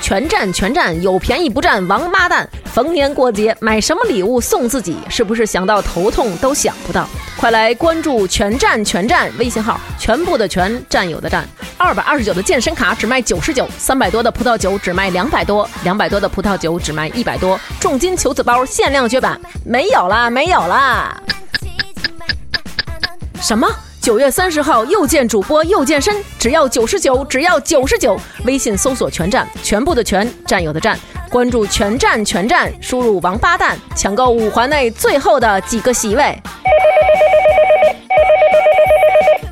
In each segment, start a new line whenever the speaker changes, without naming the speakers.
全占全占，有便宜不占，王八蛋！逢年过节买什么礼物送自己，是不是想到头痛都想不到？快来关注“全站全站”微信号，全部的全，占有的占。二百二十九的健身卡只卖九十九，三百多的葡萄酒只卖两百多，两百多的葡萄酒只卖一百多。重金求子包限量绝版，没有啦，没有啦！什么？九月三十号又见主播又健身，只要九十九，只要九十九。微信搜索“全站”，全部的全，占有的占，关注“全站全站”，输入“王八蛋”，抢购五环内最后的几个席位。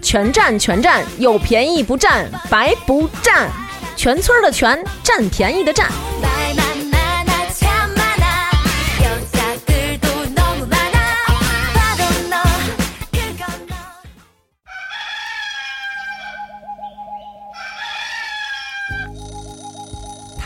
全占全占，有便宜不占，白不占。全村的全，占便宜的占。
말만 많아 참 많아 여자들도 너무 많아 바로 너 그건 너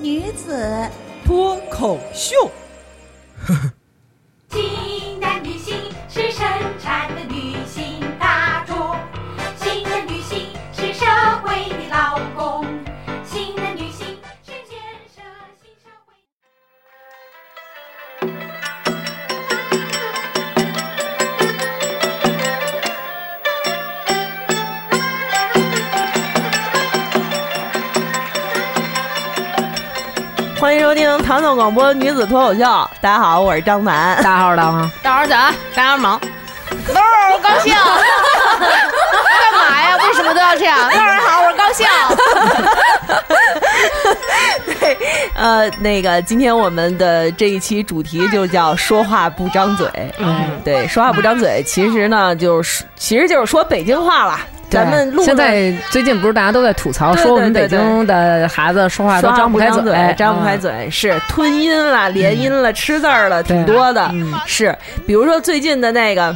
女子
脱口秀。
西南旅行是生产的旅行大众，西南旅行是社会的劳工，西南旅行是建设新社会。
欢迎收听糖蒜广播女子脱口秀。大家好，我是张楠。
大号的吗？
大家早安，大家忙。都是我高兴。 干嘛呀？为什么都要这样？大家好，我是高兴。对，呃，那个，今天我们的这一期主题就叫“说话不张嘴”。嗯，对，说话不张嘴，其实呢，就是其实就是说北京话了。咱们录的
现在最近不是大家都在吐槽，
对
说我们
对
北
对对
京的孩子说话都
说
张
不
开嘴，
张不开
嗯。
嘴是吞音了、连音了、吃字儿了，
对
挺多的
嗯。
是，比如说最近的那个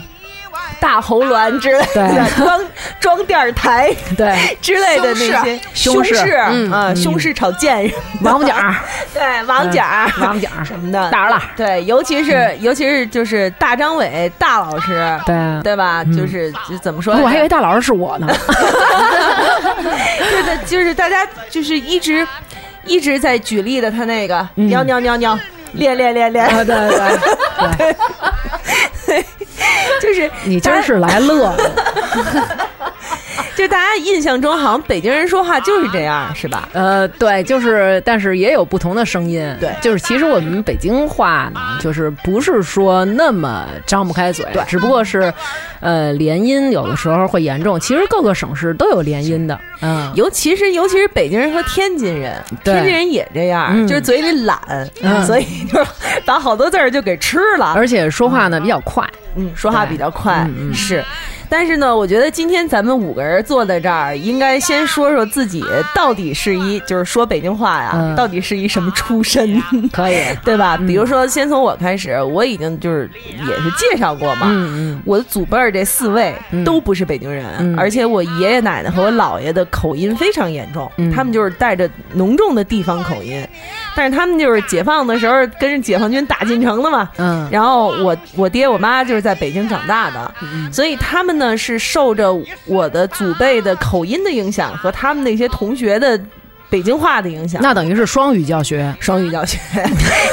大喉峦之类的，
对
装装电儿台
对，
之类的那些
胸式
式
嗯
啊，
嗯
胸式炒剑，
王八角儿，
对，王甲
嗯王八角儿
什么的，
大耳蜡，
对，尤其是尤其是就是大张伟大老师，
嗯对。嗯哦
对吧？就是就怎么说来着？
我还以为大老师是我呢，
对的， 就是大家就是一直一直在举例的，他那个
嗯呃
尿尿尿尿，练练练练，
对啊对对，
就是
你今儿是来乐的，
就大家印象中好像北京人说话就是这样，是吧？
呃，对，就是，但是也有不同的声音，
对
就是其实我们北京话呢，就是不是说那么张不开嘴，
对
只不过是，呃，连音有的时候会严重，其实各个省市都有连音的，嗯，
尤其是尤其是北京人和天津人，
对
天津人也这样，
嗯
就是嘴里懒，
嗯
所以就是把好多字儿就给吃了，
而且说话呢比较快，
嗯，说话
对
比较快，
嗯嗯
是。但是呢，我觉得今天咱们五个人坐在这儿，应该先说说自己到底是一，就是说北京话呀，
嗯
到底是一什么出身？
可以，
对吧？
嗯
比如说，先从我开始，我已经就是也是介绍过嘛。
嗯嗯。
我的祖辈儿这四位
嗯
都不是北京人，
嗯
而且我爷爷奶奶和我姥爷的口音非常严重，
嗯
他们就是带着浓重的地方口音，但是他们就是解放的时候跟着解放军打进城的嘛。
嗯，
然后我我爹我妈就是在北京长大的，
嗯
所以他们呢是受着我的祖辈的口音的影响和他们那些同学的北京话的影响，
那等于是双语教学，
双语 教学，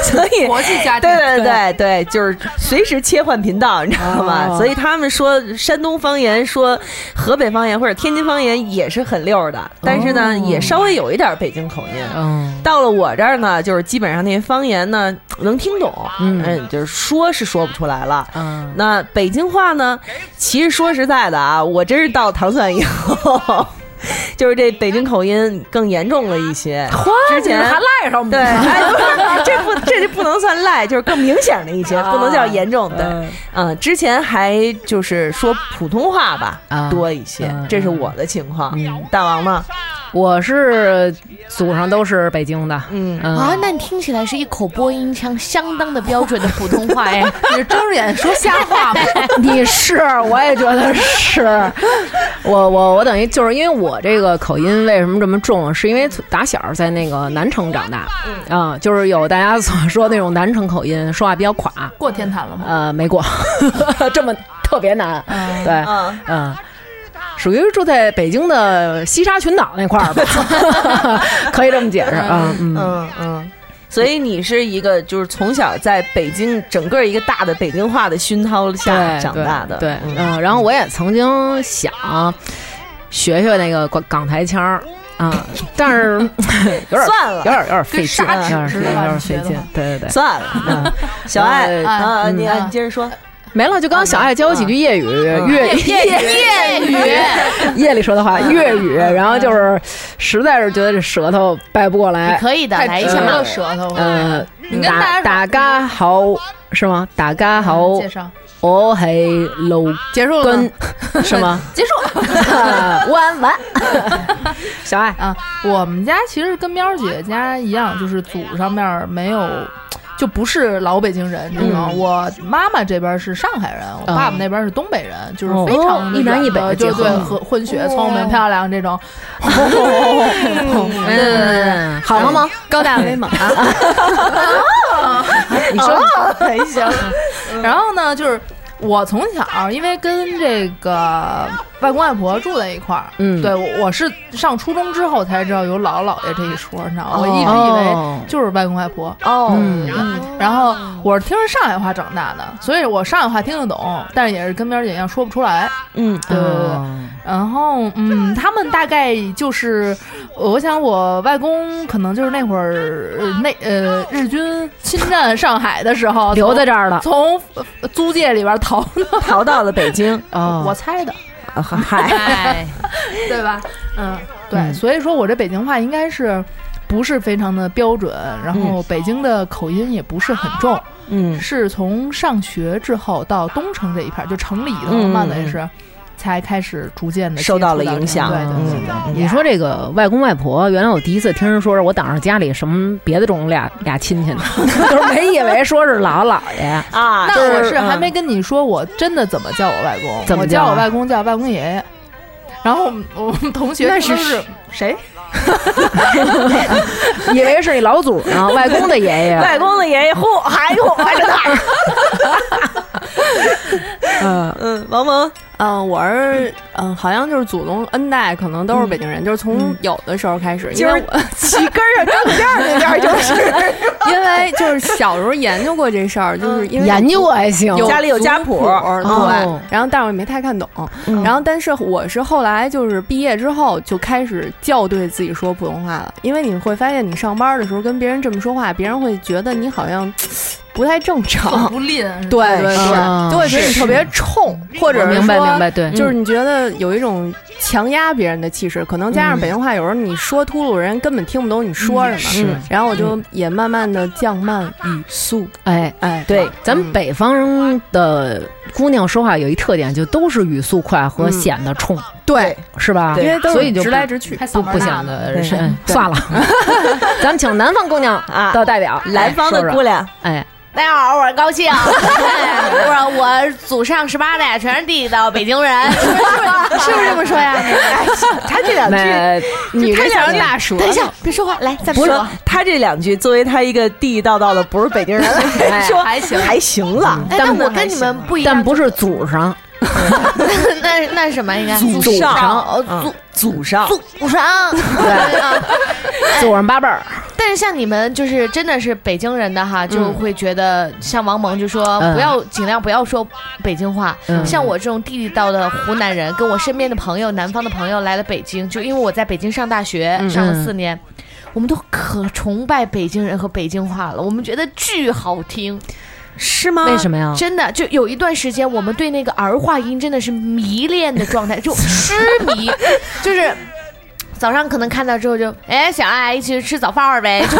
所以
国际 家庭，
对对对对，就是随时切换频道，你知道吗？
哦
所以他们说山东方言、说河北方言或者天津方言也是很溜儿的，但是呢，
哦
也稍微有一点北京口音。
嗯，
到了我这儿呢，就是基本上那些方言呢能听懂，
嗯
就是说是说不出来了。
嗯，
那北京话呢？其实说实在的啊，我真是到唐蒜以后， 就是这北京口音更严重了一些。之前
还赖上我们
对，
呢，
哎， 不是，这不这就不能算赖，就是更明显的一些，不能叫严重。对，
啊嗯
嗯，之前还就是说普通话吧
啊
多一些
嗯，
这是我的情况
嗯。
大王呢？
我是祖上都是北京的，
嗯
嗯，
啊，那你听起来是一口播音腔，相当的标准的普通话 哎。
你是睁着眼说瞎话吗？
你是，我也觉得是。我我我等于就是因为我这个口音为什么这么重，啊是因为从打小在那个南城长大，
嗯
啊、就是有大家所说那种南城口音，说话比较垮，
过天坛了吗？
呃，没过， 这么特别难，对，
嗯
嗯。属于住在北京的西沙群岛那块儿吧， 可以这么解释啊。嗯，
嗯嗯。所以你是一个就是从小在北京整个一个大的北京话的熏陶下
对，
长
对
大的，
对，
嗯
嗯，然后我也曾经想学学那个港港台腔儿啊，但 是有点儿
算
有
了
点儿有点儿费劲，
跟
有
砂
点儿
纸
有
似的
点儿费
学的
劲
话，
对对对，
算了，嗯 小爱
呃
啊，
嗯
你
嗯
你接着说，
没了，就刚刚小爱教我几句粤语，粤语
粤语， 啊
夜里说的话，粤语，然后就是实在是觉得这舌头掰不过来，
可以的，来一
直
下
了
露舌头。
呃，
你跟
打
大家
大家好是吗？大家好，
嗯介绍
我系卢
结束了吗
根，是 吗？
结束
弯弯， 小爱，
啊！我们家其实跟喵姐家一样，就是祖上面没有。就不是老北京人，你知道吗？
嗯
我妈妈这边是上海人，我爸爸那边是东北人，就是非常
哦一南一北
的
的
就
结哦合
对混混血，聪明漂亮这种。
嗯，好了吗？
哎高大威猛啊！
你说，
还行。
嗯
然后呢，就是我从小因为跟这个外公外婆住在一块儿，
嗯
对我我是上初中之后才知道有姥姥姥爷这一说，你知道吗？我一直
哦
以为就是外公外婆。
哦
嗯，
然后我是听着上海话长大的，所以我上海话听得懂，但是也是跟喵姐一样说不出来。
嗯
对对对。然后，嗯，他们大概就是，呃我想我外公可能就是那会儿呃那呃日军侵占上海的时候
留在这儿了。
从呃租界里边逃的，
逃到了北京，
我
哦，
猜的，
啊嗨，
哎，
对吧？嗯，对，
嗯
所以说我这北京话应该是不是非常的标准，然
嗯
后北京的口音也不是很重，
嗯
是从上学之后到东城这一片儿，就城里头嘛，
嗯
等于是才开始逐渐的
受到了影响
对对对
嗯
对，
你说这个外公外婆，原来我第一次听人说是我当上家里什么别的种俩俩亲 戚呢，就是没以为说是姥姥姥爷。
啊，就
那我是还
嗯
没跟你说，我真的怎么叫我外公？
怎么
我
叫
叫
啊
我外公叫外公爷爷。然后我们我们同学
那
都
是
是谁？
以为是你老祖呢，外公的爷爷。
外公的爷爷呼，还呼还着他。嗯嗯，王蒙，
嗯，我是嗯，好像就是祖宗 N 代，可能
嗯
都是北京人，就是从有的时候开始，因为我
起根儿啊，正面那边儿就是
因为就是小时候研究过这事儿，就是因为
研究我还行，
有
家里有家谱
族谱
哦嗯
对，然后但是我也没太看懂，然后但是我是后来就是毕业之后就开始校对自己说普通话了，因为你会发现你上班的时候跟别人这么说话，别人会觉得你好像不太正常，
不吝是吧
对对
啊
对，就会觉得你特别冲，或者
我嗯
是
明白
说
明白，对，嗯
就是你觉得有一种强压别人的气势，可能
嗯
加上北京话，有时候你说秃噜，人根本听不懂你说什么。
是
然后我就也慢慢的降慢语速，
哎。
哎，
对，
咱们北方的姑娘说话有一特点，就都是语速快和显得冲，
嗯对，
是吧？
因为都
所以
是
就
直
不
来直去
还。
不
嗓门
不
大
显
呢
得是
对
哎
对
算了。咱们请南方姑娘
啊
的代表，
南方
哎
的姑，娘，
说说哎，
大家好，我是高 兴。啊我我祖上十八代全是地道北 京人，是不是这么说呀？
他这两句，
那你这
想让大舌，
等一 下，别说话，来，再
不是
说。
他这两句，作为他一个地地道道的不是北京人来 说，还行还行了，
哎，但我跟你们不一样，
但不是祖上，
那那是什么？应该
祖上
哦，祖
嗯祖上
祖上。 对啊，
祖上八辈儿，
但是像你们就是真的是北京人的哈，就会觉得像王蒙就说
嗯
不要尽量不要说北京话。
嗯
像我这种地地道的湖南人，跟我身边的朋友南方的朋友来了北京，就因为我在北京上大学上了四年。我们都可崇拜北京人和北京话了，我们觉得巨好听，
是吗？
为什么呀？
真的就有一段时间，我们对那个儿化音真的是迷恋的状态，就痴 迷，就是早上可能看到之后就，哎，小爱一起吃早饭儿 呗，就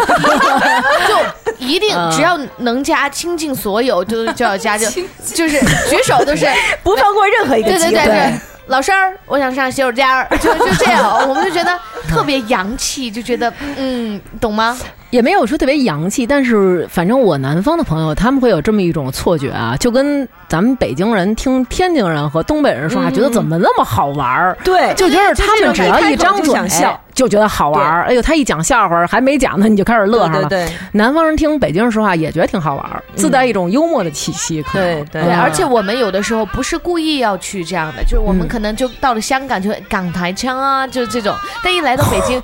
就一定只要能加，倾尽所有就就要加，就就是举手都是，
嗯 不放过任何一个
对
机
对
会。
对对。老师儿，我想上洗手间儿，就就这样，我们就觉得
特别洋气，就觉得嗯，懂吗？
也没有说特别洋气，但是反正我南方的朋友他们会有这么一种错觉啊，就跟咱们北京人听天津人和东北人说话，觉得怎么那么好玩儿，
对
就觉得他们只要一张
就
嘴
想笑
就觉得好玩儿。哎呦，他一讲笑话还没讲呢，你就开始乐
对
呵了。
对对
南方人听北京人说话也觉得挺好玩儿，自带一种幽默的气息。可能
对对
对，
嗯
而且我们有的时候不是故意要去这样的，就是我们
嗯
可能就到了香港就港台腔啊，就是这种，但一来到北京。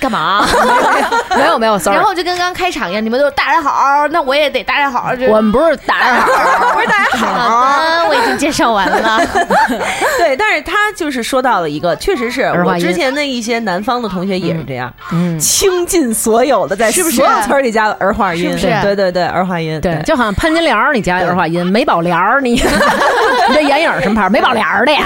干嘛？
没有没有，sorry，
然后就跟刚开场一样，你们都是大家好，那我也得大家好。就是
我们不是打人好 玩儿，不是打人好玩儿。
啊，我已经介绍完了。
对，但是他就是说到了一个，确实是
儿化
我
音
之前的一些南方的同学也是这样，
嗯，
倾尽所有的在
是不是
所有村儿里加了儿化音，
是不是
对对对，儿化音，
对，就好像潘金莲儿，你加儿化音，美宝莲儿，你 你这眼影儿什么牌儿？美宝莲儿的 呀。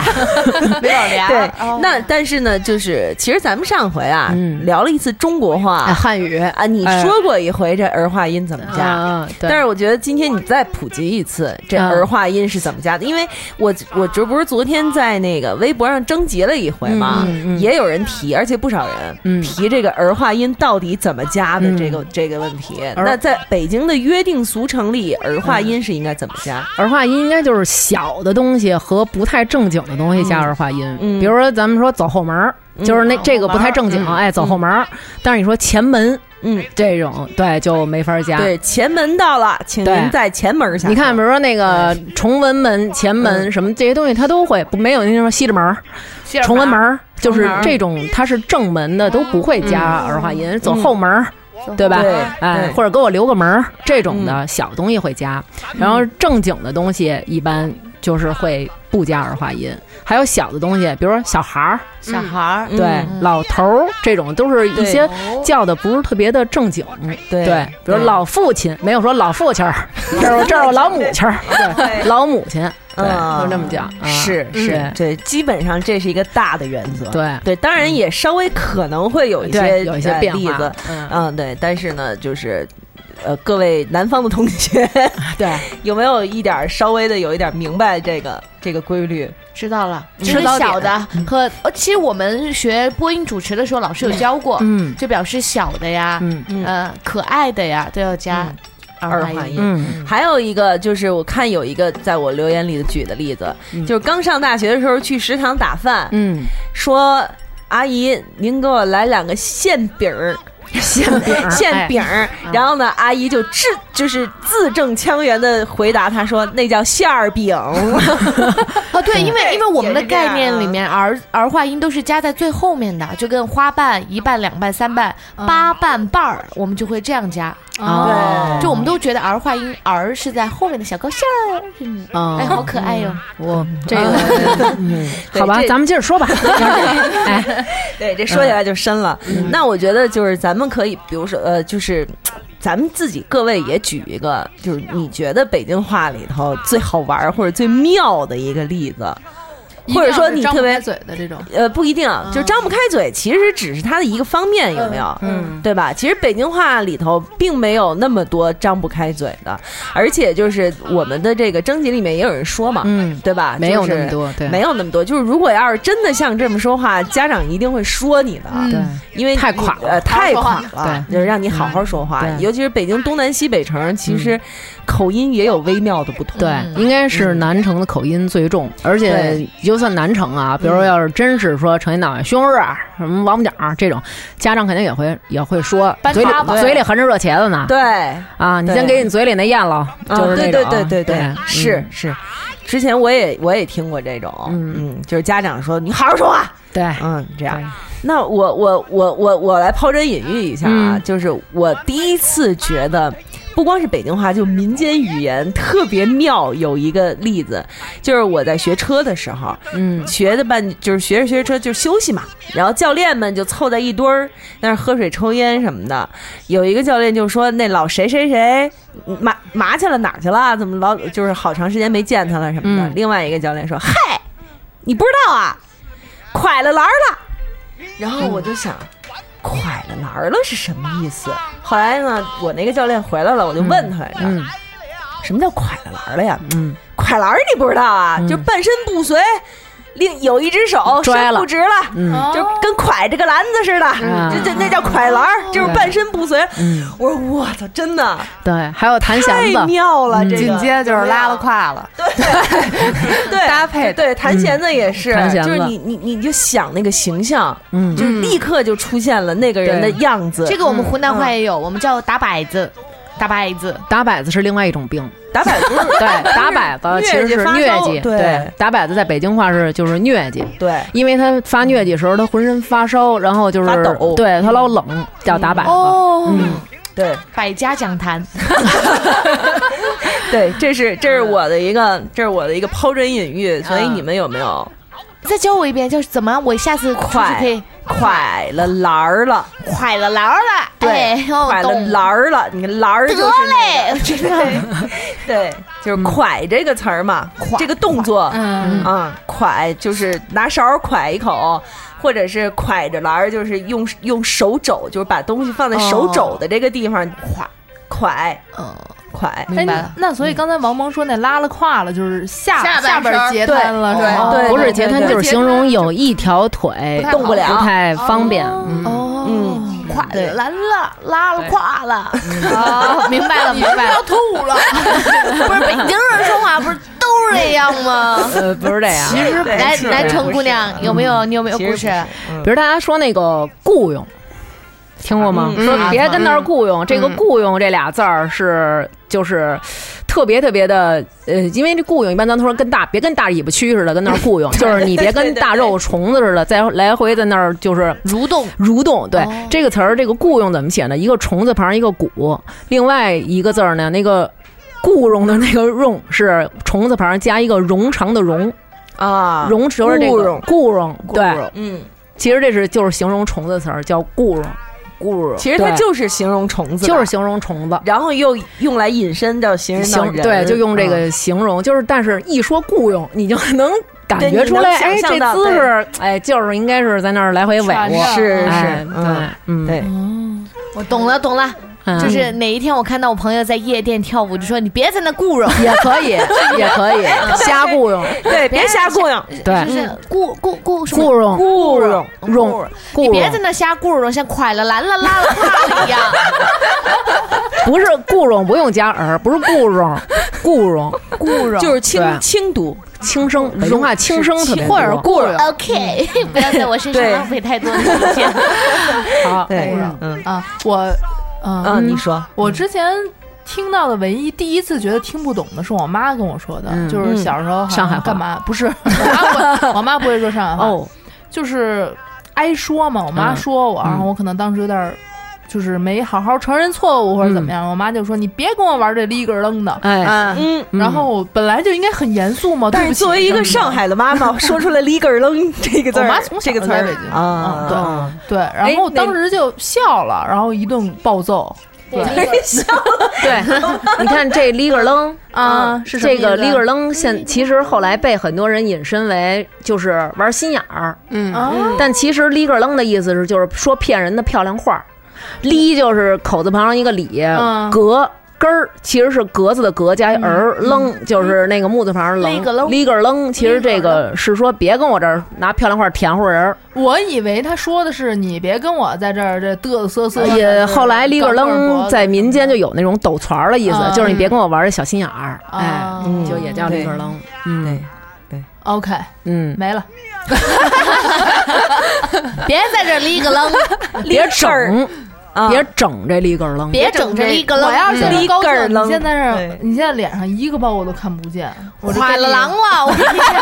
没有聊
对，那但是呢，就是其实咱们上回啊、
嗯哎
聊了一次中国话
汉语
啊，你说过一回这儿化音怎么加。
啊，嗯对，
但是我觉得今天你再普及一次这
嗯
儿化音是怎么加的，因为我我这不是昨天在那个微博上征集了一回嘛，
嗯嗯嗯
也有人提，而且不少人
嗯
提这个儿化音到底怎么加的
嗯
这个、这个问题。
儿
那在北京的约定俗成里，儿化音是应该怎么加？
儿化音应该就是小的东西和不太正经的东西加儿化音，
嗯
比如说咱们说走后门儿，就是那这个不太正经，哎，走后门儿。但是你说前门
嗯，
这种，对，就没法加。
对，前门到了，请
啊对
您在前门下。
你看，比如说那个崇文门、前门什么这些东西，它都会不没有那种嗯西直门儿、崇文门儿，嗯就是这种它是正门的都不会加儿化音，嗯走后门儿。对嗯吧？
对
哎
对，
或者给我留个门儿这种的小东西会加，然后正经的东西一般就是会不加儿化音，还有小的东西，比如说小孩儿，
小孩儿，
嗯
对，老头儿这种都是一些叫的不是特别的正经，
对
比如
对
老父亲没有说老父亲 儿，这是我这是我老母亲儿，对，老母亲，对，
嗯
都这么讲，啊
是是
嗯，
对，基本上这是一个大的原则。
对嗯
对，当然也稍微可能会有一些
对，有一些
呃
变
例
化
子，，
嗯，
嗯，对，但是呢，就是。呃，各位南方的同学，
对，
有没有一点儿稍微的有一点儿明白这个这个规律？
知道了，
嗯
吃小的和呃其实我们学播音主持的时候，老师有教过，
嗯
就表示小的呀，
嗯
嗯
呃，可爱的呀，都要加
儿
化
化音。
嗯
还有一个就是，我看有一个在我留言里举的例子，就是刚上大学的时候去食堂打饭，
嗯，
说阿姨，您给我来两个馅饼儿。馅饼
儿
馅饼儿，哎然后呢，阿姨就自就是字正腔圆的回答他说：“那叫馅儿饼。
哦，对，因为因为我们的
也是这样
概念里
啊
面儿儿化音都是加在最后面的，就跟花瓣、一瓣、两瓣、三瓣、
嗯
八瓣、瓣儿，我们就会这样加。
哦
就我们都觉得儿化音儿是在后面的小高线儿，嗯
哦
哎，好可爱
嗯
哟。
我这个，嗯
对
好吧，
这
咱们接着说吧。 哎，”
对，这说起来就深了。
嗯
那我觉得就是咱们可以，比如说呃，就是咱们自己各位也举一个，就是你觉得北京话里头最好玩儿或者最妙的一个例子，或者说你特别
嘴的这种，
呃，不一定，就张不开嘴，其实只是它的一个方面，有没有？
嗯，
对吧？其实北京话里头并没有那么多张不开嘴的，而且就是我们的这个征集里面也有人说嘛，
嗯
对吧？
没有
就是
那么多对
没有那么多。就是如果要是真的像这么说话，家长一定会说你的，
对，
因为
嗯太
你
垮了
呃，太垮
话
了，就是让你好好说话。
对嗯
尤其是北京东南西北城，其实口音也有微妙的不同。
对，应该是南城的口音最重，而且
嗯对嗯
就算南城啊，比如说要是真是说成天脑袋西红柿啊、什么王八角啊这种，家长肯定也会也会说，
搬
嘴里
家吧
嘴里含着热茄子呢。
对。
啊，你
对
先给你嘴里那咽了，就是
对
那
对
种
对对对
嗯，
是是。之前我也我也听过这种，
嗯
嗯，就是家长说你好好说话，
对，
嗯，这样。那我我我我我来抛砖引玉一下啊，
嗯
就是我第一次觉得，不光是北京话，就民间语言特别妙。有一个例子，就是我在学车的时候，
嗯
学的半就是学着学着车就休息嘛，然后教练们就凑在一堆儿，那儿喝水抽烟什么的。有一个教练就说：“那老谁谁谁麻麻去了哪儿去了？怎么老就是好长时间没见他了什么的？”
嗯
另外一个教练说：“嗨，你不知道啊，快了篮儿了。”然后我就想。
嗯
快了篮儿了是什么意思？后来呢，我那个教练回来了，我就问他来着，
嗯
什么叫快了篮儿了呀？
嗯，
嗯
快篮儿你不知道啊？就半身不遂，另有一只手
拽
伸
了
不直了，
嗯
哦
就跟蒯着个篮子似的，
嗯
就就那叫蒯篮
嗯
儿，就是半身不遂。
嗯，
我说我操，真的
对，还有弹
哦太
弦子，嗯
妙了，这个
嗯
啊
紧接着就是拉了胯了，
对
搭配嗯
对弹弦子也是，
弹弦
就
子
是你你你就想那个形象，
嗯，
就立刻就出现了那个人的
对
样子。
这个我们湖南
嗯
话也有，我们叫打摆子，打摆子。
打摆子是另外一种 病，
打摆不是
对，打摆子其实 是疟疾，
对
打摆子在北京话是就是疟疾，
对
因为他发疟疾的时候，他浑身发烧，然后就是
发抖
对他老冷，叫打摆子。
哦
嗯，
对
百家 讲坛，
对，这是这是我的一个这是我的一个抛砖引玉，所以你们有没有
再教我一遍，就是怎么？我下次出去
快
可以
快了篮儿了？
快了劳了，哎，
哦
快哦了篮儿了，你看篮儿
得
就是那个
嘞，真的，
对，就是“蒯”这个词儿嘛，这个动作，
嗯
啊，蒯就是拿勺儿蒯一口，或者是蒯着篮儿，就是用用手肘，就是把东西放在手肘的这个地方蒯
嗯，
蒯蒯，
明白了。
哎那
嗯
所以刚才王蒙说那拉了胯了，就是下
下半身
下边截瘫了，是吧？
哦对
不是截
对
瘫，
对
就是形容有一条腿
动不哦了
不太方便。嗯，
嗯，
快了来了，拉了胯了，
哦，明白了，明白了，
不是北京人说话不是都是这样吗？
呃，不是这样。
其实
来，南城姑娘有没 有？你有没有
其实
故
不
事
是？
比如大家说那个雇佣，听过吗？
嗯
说别跟那儿雇佣，这个雇佣这俩字儿是就是特别特别的呃，因为这雇佣一般咱都说跟大别跟大尾巴蛆似的跟那儿雇佣，就是你别跟大肉虫子似的再来回在那儿就是
蠕动，
蠕动。对、
哦
这个词儿，这个雇佣怎么写呢？一个虫字旁一个骨，另外一个字儿呢，那个雇佣的那个 用是虫字旁加一个冗长的冗，
啊，
冗就是这
雇
个
佣
雇佣。对，
嗯，
其实这是就是形容虫子词儿叫雇佣，
雇其实它
对
就是形容虫子的，
就是形容虫子。
然后又用来引申到形容到
形
人，
对，就用这
嗯
个形容，就是但是一说雇佣，你就 能感
对
觉
你
出
能
来，
想
哎，
象
这
到
姿
对
势，哎，就是应该是在那儿来回尾
喘
窝，
着
是是
哎对嗯，
嗯，对
我懂了，懂了。
嗯，
就是哪一天我看到我朋友在夜店跳舞，就说你别在那顾 着，
也可 以，也可以瞎雇佣，
对，别瞎雇佣，
对
就，是顾顾顾什么
雇佣，
雇佣
佣，雇
你
佣，
别在那瞎顾着，像快了蓝了拉了胯了一样。
不是雇佣，不用加儿，不是雇佣，雇佣，雇佣
就是轻
对
轻读，
轻声，北京话轻声特别多，
或者雇佣
OK，不嗯要在我身上
对
浪费太多的时 间。
对，
啊！我，嗯，
嗯，你说，
我之前。听到的唯一第一次觉得听不懂的是我妈跟我说的，
嗯
就是小时候好像
上海话
干嘛不是 我妈不会，我妈不会说上海话，
哦，
就是挨说嘛，我妈
嗯
说我，
嗯
然后我可能当时有点儿就是没好好承认错误或者怎么样，我妈就说你别跟我玩这里个儿楞的。
哎，
嗯。
然后本来就应该很严肃嘛，
但
对
是
不起
作为一
什
个
么的
上海的妈妈，说出了“里根儿楞”这个字
我妈哦
儿
从，
这
小
个
就
词
在
儿
北京嗯
啊，哎
对，然后
那
当时就笑了，然后一顿暴揍。对
对， 你看这里个楞，
啊，是什么
这个
意思
里个楞，现其实后来被很多人引申为就是玩心眼儿，
啊，
嗯
但其实里个楞的意思是就是说骗人的漂亮话儿，里就是口字旁一个里，
嗯
格。根儿其实是格子的格加一儿，楞就是那个木字旁楞，
里个楞
里个楞。其实这个是说别跟我这儿拿漂亮话儿甜乎人儿。
我以为他说的是你别跟我在这儿这嘚嘚
哎
瑟瑟的。
也后来里个
搞棍儿脖
楞
子
在民间就有那种抖团儿的意思，
嗯
就是你别跟我玩儿这小心眼儿，哎
啊，
就也叫里个楞。嗯
对，
OK
嗯，
没了。
别在这里个楞，
别整，
啊
别整这里个楞。
别整这里个
我要是
楞，
现在高
里根儿
兴，
楞
你现在是
对，
你现在脸上一个包我都看不见。我这
快了狼了，我跟你讲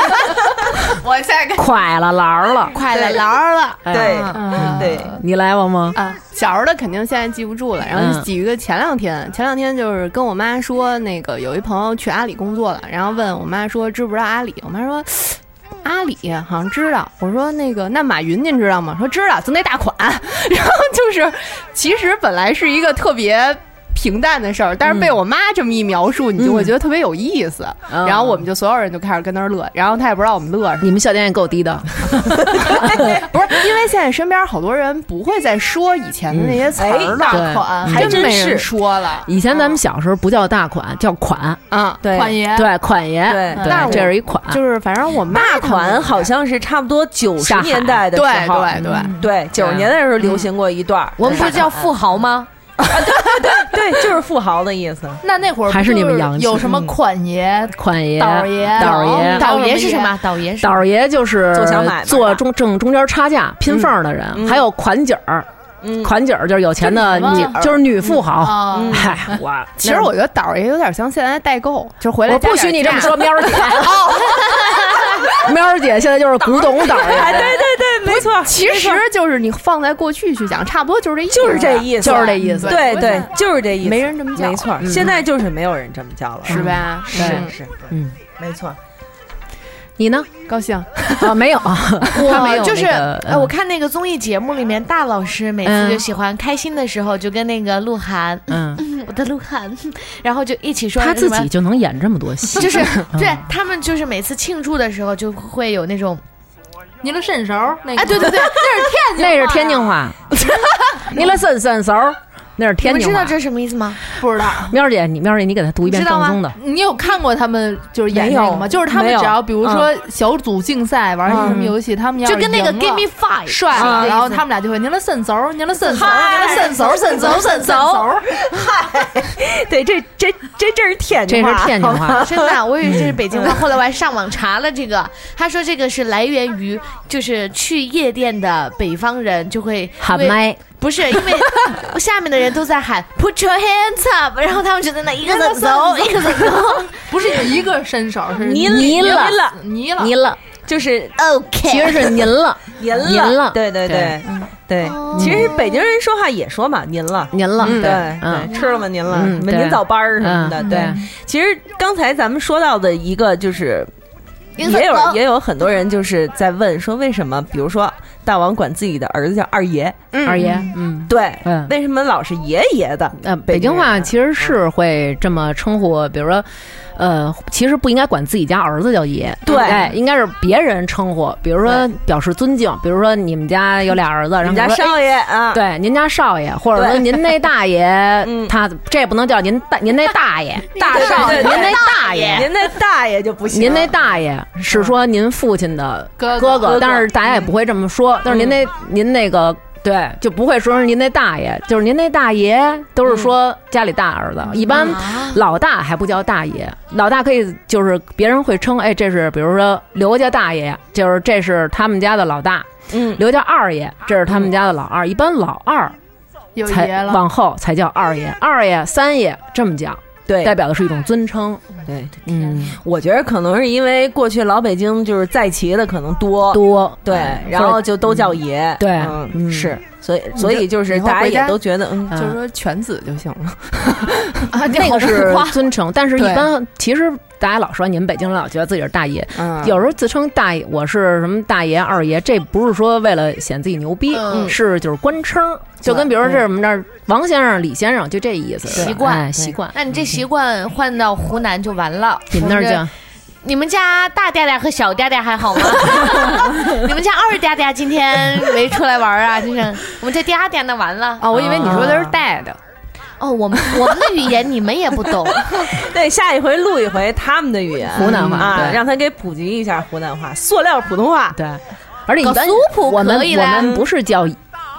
我再跟
快了篮儿了，
快了狼了，
哎
对
嗯
对，
你来过吗？
啊，小时候的肯定现在记不住了。然后就
嗯
举一个前两天，前两天就是跟我妈说，那个有一朋友去阿里工作了，然后问我妈说知不知道阿里，我妈说。阿里好像知道，我说那个那马云您知道 吗？说知道，就那大款。然后就是，其实本来是一个特别。平淡的事儿，但是被我妈这么一描述，你就会觉得特别有意思。
嗯
然后我们就所有人就开始跟那儿乐，然后她也不知道我们乐 什么。
你们笑点也够低的，
不是因为现在身边好多人不会再说以前的那些词儿了，
对
款
还
还
真
真
没人
是
说了
以前咱们小时候不叫大款，叫款，
啊。
对
款爷，
对，款爷，
对
但
对，
我
这是一款，
就是反正我妈
大
他们
款好像是差不多九十
下海
年代的
对
时候，嗯
对对，
对，九十年代的时候流行过一段儿，
嗯
我们不是叫富豪吗？
对，就是富豪的意思。
那那会儿
还是你们
不就
洋气
有什么
嗯
款爷、
款爷，
倒爷、
倒爷
倒
倒
爷
爷
是
是
什
什
么
么？
倒爷是
倒爷就是
做小买卖的
做中正中间差价
嗯
拼缝儿的人，还有款姐儿，
嗯
款姐儿就是有钱的
就是
女
什么，
就是
嗯
女富豪。
啊，
嗨，我
其实我觉得倒也有点像现在代购，就回来
我不许你这么 说，喵儿姐。喵儿姐现在就是古 董倒
哎，
爷，
对对对，没错，
其实就是你放在过去去讲，差不多就是这意思，
就是这意思，
就是这意
嗯
思。
对对，就是这意思，
没人这么叫
没错，现在就是没有人这么叫了，
是？吧？
是
对
是，
嗯，
没错。
啊
你呢？
高兴，
啊，没有，他没有那
我
个
就是，呃，
嗯
我看那个综艺节目里面，大老师每次就
嗯
喜欢开心的时候，就跟那个鹿晗，
嗯，
我的鹿晗，然后就一起说
他
什
自
么
己就能演这么多戏，
就是对他们就是每次庆祝的时候就会有那种
你的伸手那个，
哎，对对对，
那是
啊
天津 话。你来伸伸手，那是
你
天
们
津
知道
话。
这什么意思吗？
不知道。
喵儿姐，你喵儿姐，你给他读一遍
你知道
正
吗
宗的。
你有看过他们就是演那个
没有
吗？就是他
没
们
有
只要比如说小组竞赛玩一些什么游戏，他们要
就跟那个
赢了
Give Me Five
帅
是一个意
了，
思
然后他们俩就会您的伸手，您的伸手，
嗨
您的伸手，伸手，伸手。
对，这这这这是天
这
津话，
是 天津 话，
真的，我以为这是北京话，后来我还上网查了这个，他说这个是来源于就是去夜店的北方人就会
喊
因为
麦。
不是因为下面的人都在喊 Put your hands up，然后他们就在 那一个字走，一个字 走。
不是一个伸手，是
您
您
了
了，您了，
您了，
就是
其实
OK，
是您了，
哎
您
您了
对对对
对
对。其实北京人说话也说嘛，您了。
您了，
对
嗯
对，吃了吗？您了，
嗯
什么
对
您早班儿什么的。
嗯
对
对，
其实刚才咱们说到的一个就是，
您怎
也有
么
也有很多人就是在问说，为什么比如说大王管自己的儿子叫二爷，
二爷，嗯。
对，
嗯
为什嗯么老是爷爷的？
呃，北京话其实是会这么称呼，比如说，呃，其实不应该管自己家儿子叫爷，
对
哎，应该是别人称呼，比如说表示尊敬，比如说你们家有俩儿子，然
人
后
家
说哎
少爷啊，
对，您家少爷，或者说
对
您那大爷
嗯，
他这不能叫您大，您那大 爷，
大少爷，
您那大
爷，您那大爷就不行。
您那大爷是说您父亲的
哥
哥
哥嗯
哥，但是大家也不会这么说。但是您那您那个对，就不会说是您那大爷，就是您那大爷都是说
嗯
家里大儿子，一般
啊
老大还不叫大爷，老大可以就是别人会称哎，这是比如说刘家大爷，就是这是他们家的老大，
嗯，
刘家二爷，这是他们家的老二，一般老二
有爷
才
了，
往后才叫二爷、二爷、三爷这么叫，
对
代表的是一种尊称。
对，
嗯，
我觉得可能是因为过去老北京就是在骑的可能多，
多
对，然后就都叫爷，
对
嗯，
嗯
是，所以所以就是
以后
大家
回
也
家
都觉得，嗯，
就是说犬子就行了。
那个是
花
尊称，但是一
对
般其实大家老说你们北京人老觉得自己是大爷，
嗯
有时候自称大爷，我是什么大爷、二爷，这不是说为了显自己牛逼，
嗯
是就是官称儿，就跟比如说这是我们这儿王先生、李先生，就这意思，
习惯嗯
哎
对
习惯。
那你这习惯换到湖南就完了。
你们那儿
我这
叫
你们家大嗲嗲和小嗲嗲还 好吗？你们家二嗲嗲今天没出来玩儿啊？就是我们这嗲嗲那完了。
啊，我以为你说的是带的，
哦，我们我们的语言你们也不 懂，
对，下一回录一回他们的语言，
湖南话
啊，
对
让他给普及一下湖南话，塑料普通话，
对，而且一般
搞苏普
我们
可以
我
啦
们不是叫，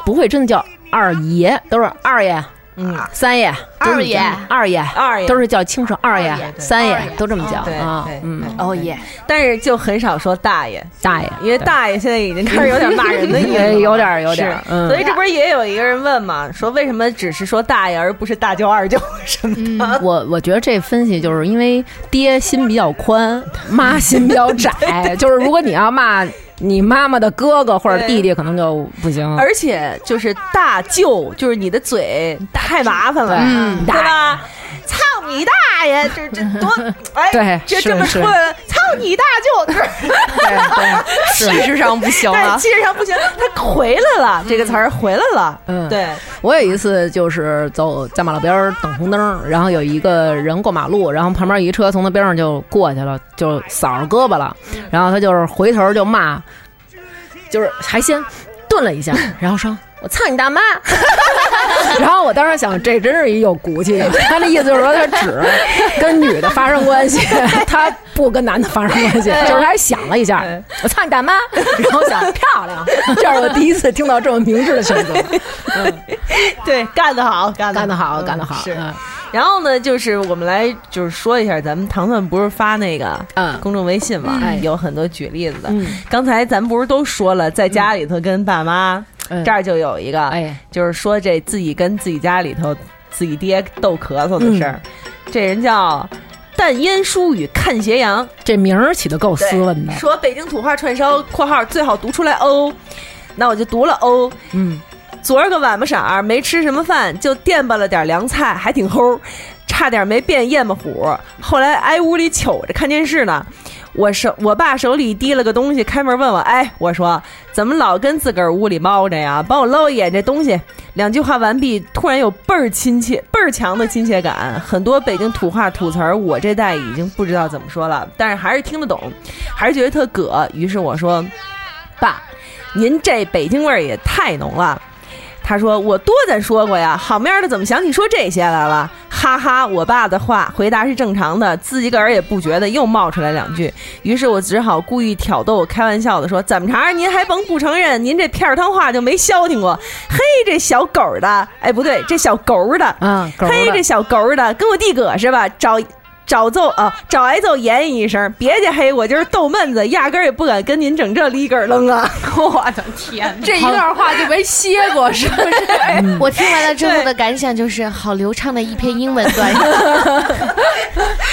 不会真的叫二爷，都是二爷、
嗯，
三爷、都是
二爷
这么二爷、
二爷
都是叫轻声二
二
爷
爷、
三
二
爷
爷，
都这么叫
对
啊
对，，
嗯，
哦
对，但是就很少说大爷，
大爷，
因为大爷现在已经开始有点骂人的意思了，
对 哎有点儿有点儿
是，
嗯
所以这不是也有一个人问嘛，说为什么只是说大爷而不是大舅二舅什么的？
嗯
啊
我我觉得这分析就是因为爹心比较宽，妈心比较 窄，就是如果你要骂你妈妈的哥哥或者弟弟，可能就不行。
而且就是大舅，就是你的嘴太麻烦了，
对嗯
对吧？操你大爷，这这多 哎，
对
这
是
这么
是
说的，操你大舅，
对
气势上不行
但
了。
气势上不行，他回来了，这个词儿回来了，
嗯
对，
我有一次就是走在马路边儿等红灯儿，然后有一个人过马路，然后旁边一车从他边上就过去了，就扫着胳膊了，然后他就是回头就骂，就是还先顿了一下，然后说。我操你大妈！ 然后我当时想，这真是一有骨气的。他那意思就是说，他只跟女的发生关系，他不跟男的发生关系。就是他还想了一下
对，
我操你大妈！ 然后想漂亮，这是我第一次听到这么明智的选择。
对，干得好，干得
干得好，
嗯
干得好，
是。
嗯
然后呢，就是我们来就是说一下，咱们糖蒜不是发那个
嗯
公众微信嘛，哎
嗯
有很多举例子的。
嗯
刚才咱们不是都说了，在家里头跟爸妈，
嗯
这儿就有一个，
哎，
就是说这自己跟自己家里头自己爹斗咳嗽的事儿。
嗯
这人叫淡烟疏雨看斜阳，
这名儿起的够斯文 的，
说北京土话串烧（括号最好读出来哦），那我就读了哦。
嗯，
昨儿个晚不晌儿没吃什么饭，就垫吧了点凉菜，还挺齁，差点没变咽巴虎。后来挨屋里瞅着看电视呢，我手我爸手里提了个东西，开门问我：“哎，我说怎么老跟自个儿屋里猫着呀？帮我捞一眼这东西。”两句话完毕，突然有倍儿亲切、倍儿强的亲切感。很多北京土话土词儿，我这代已经不知道怎么说了，但是还是听得懂，还是觉得特葛。于是我说：“爸，您这北京味儿也太浓了。”他说：“我多咱说过呀，好面儿的怎么想起说这些来了？”哈哈，我爸的话回答是正常的，自己个儿也不觉得，又冒出来两句。于是我只好故意挑逗，开玩笑的说：“怎么着，您还甭不承认，您这片儿汤话就没消停过？嘿，这小狗儿的，哎，不对，这小狗儿的，
啊，狗儿
嘿，这
的，
小狗儿的，跟我弟哥是吧？找找揍啊，找挨揍言语一声，别介嘿，我就是逗闷子，压根儿也不敢跟您整这里根儿楞啊！ 我的天，
这一段话就没歇过，是不是？
嗯我听完了之后的感想就是，好流畅的一篇英文 短语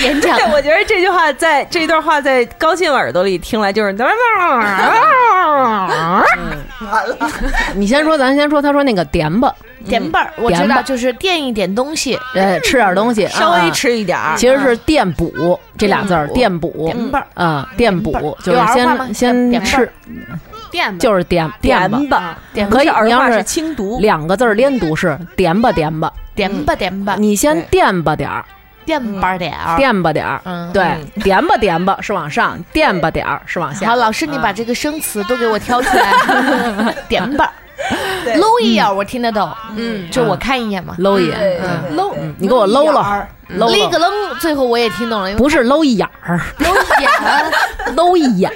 演讲
对，。我觉得这句话在这一段话在高兴耳朵里听来就是，
你先说，咱先说，他说那个点吧，
嗯点本儿，我知
点
道
吧
就是垫一点东西，
呃，吃点东西，
稍微
啊。
吃一点儿，
其实是垫补这俩字儿，
垫
垫补
点本儿，
啊，垫补就
点本儿
是
有儿化吗
先先
点点本
吃
儿，
垫吧，
就是点
点嗯
吧，
吧，
点
可以
这儿
你要
化
是
是轻读，
两个字儿连读是点吧点吧，
嗯
点吧点吧，
你先
对
垫吧点儿，
垫吧点儿。
垫吧点儿，
嗯
对，点吧点吧是往上，垫吧点儿是往
好，
下，
老师，你把这个生词都给我挑出来，点吧
对，
搂一眼儿啊我听得懂，
嗯，
就我看一眼嘛，
搂一眼，
对
嗯
对
搂
嗯你给我搂搂，搂
立
搂
嗯个，楞，最后我也听懂 了，因为
不是搂一眼 儿，
搂
搂一
一眼，
眼，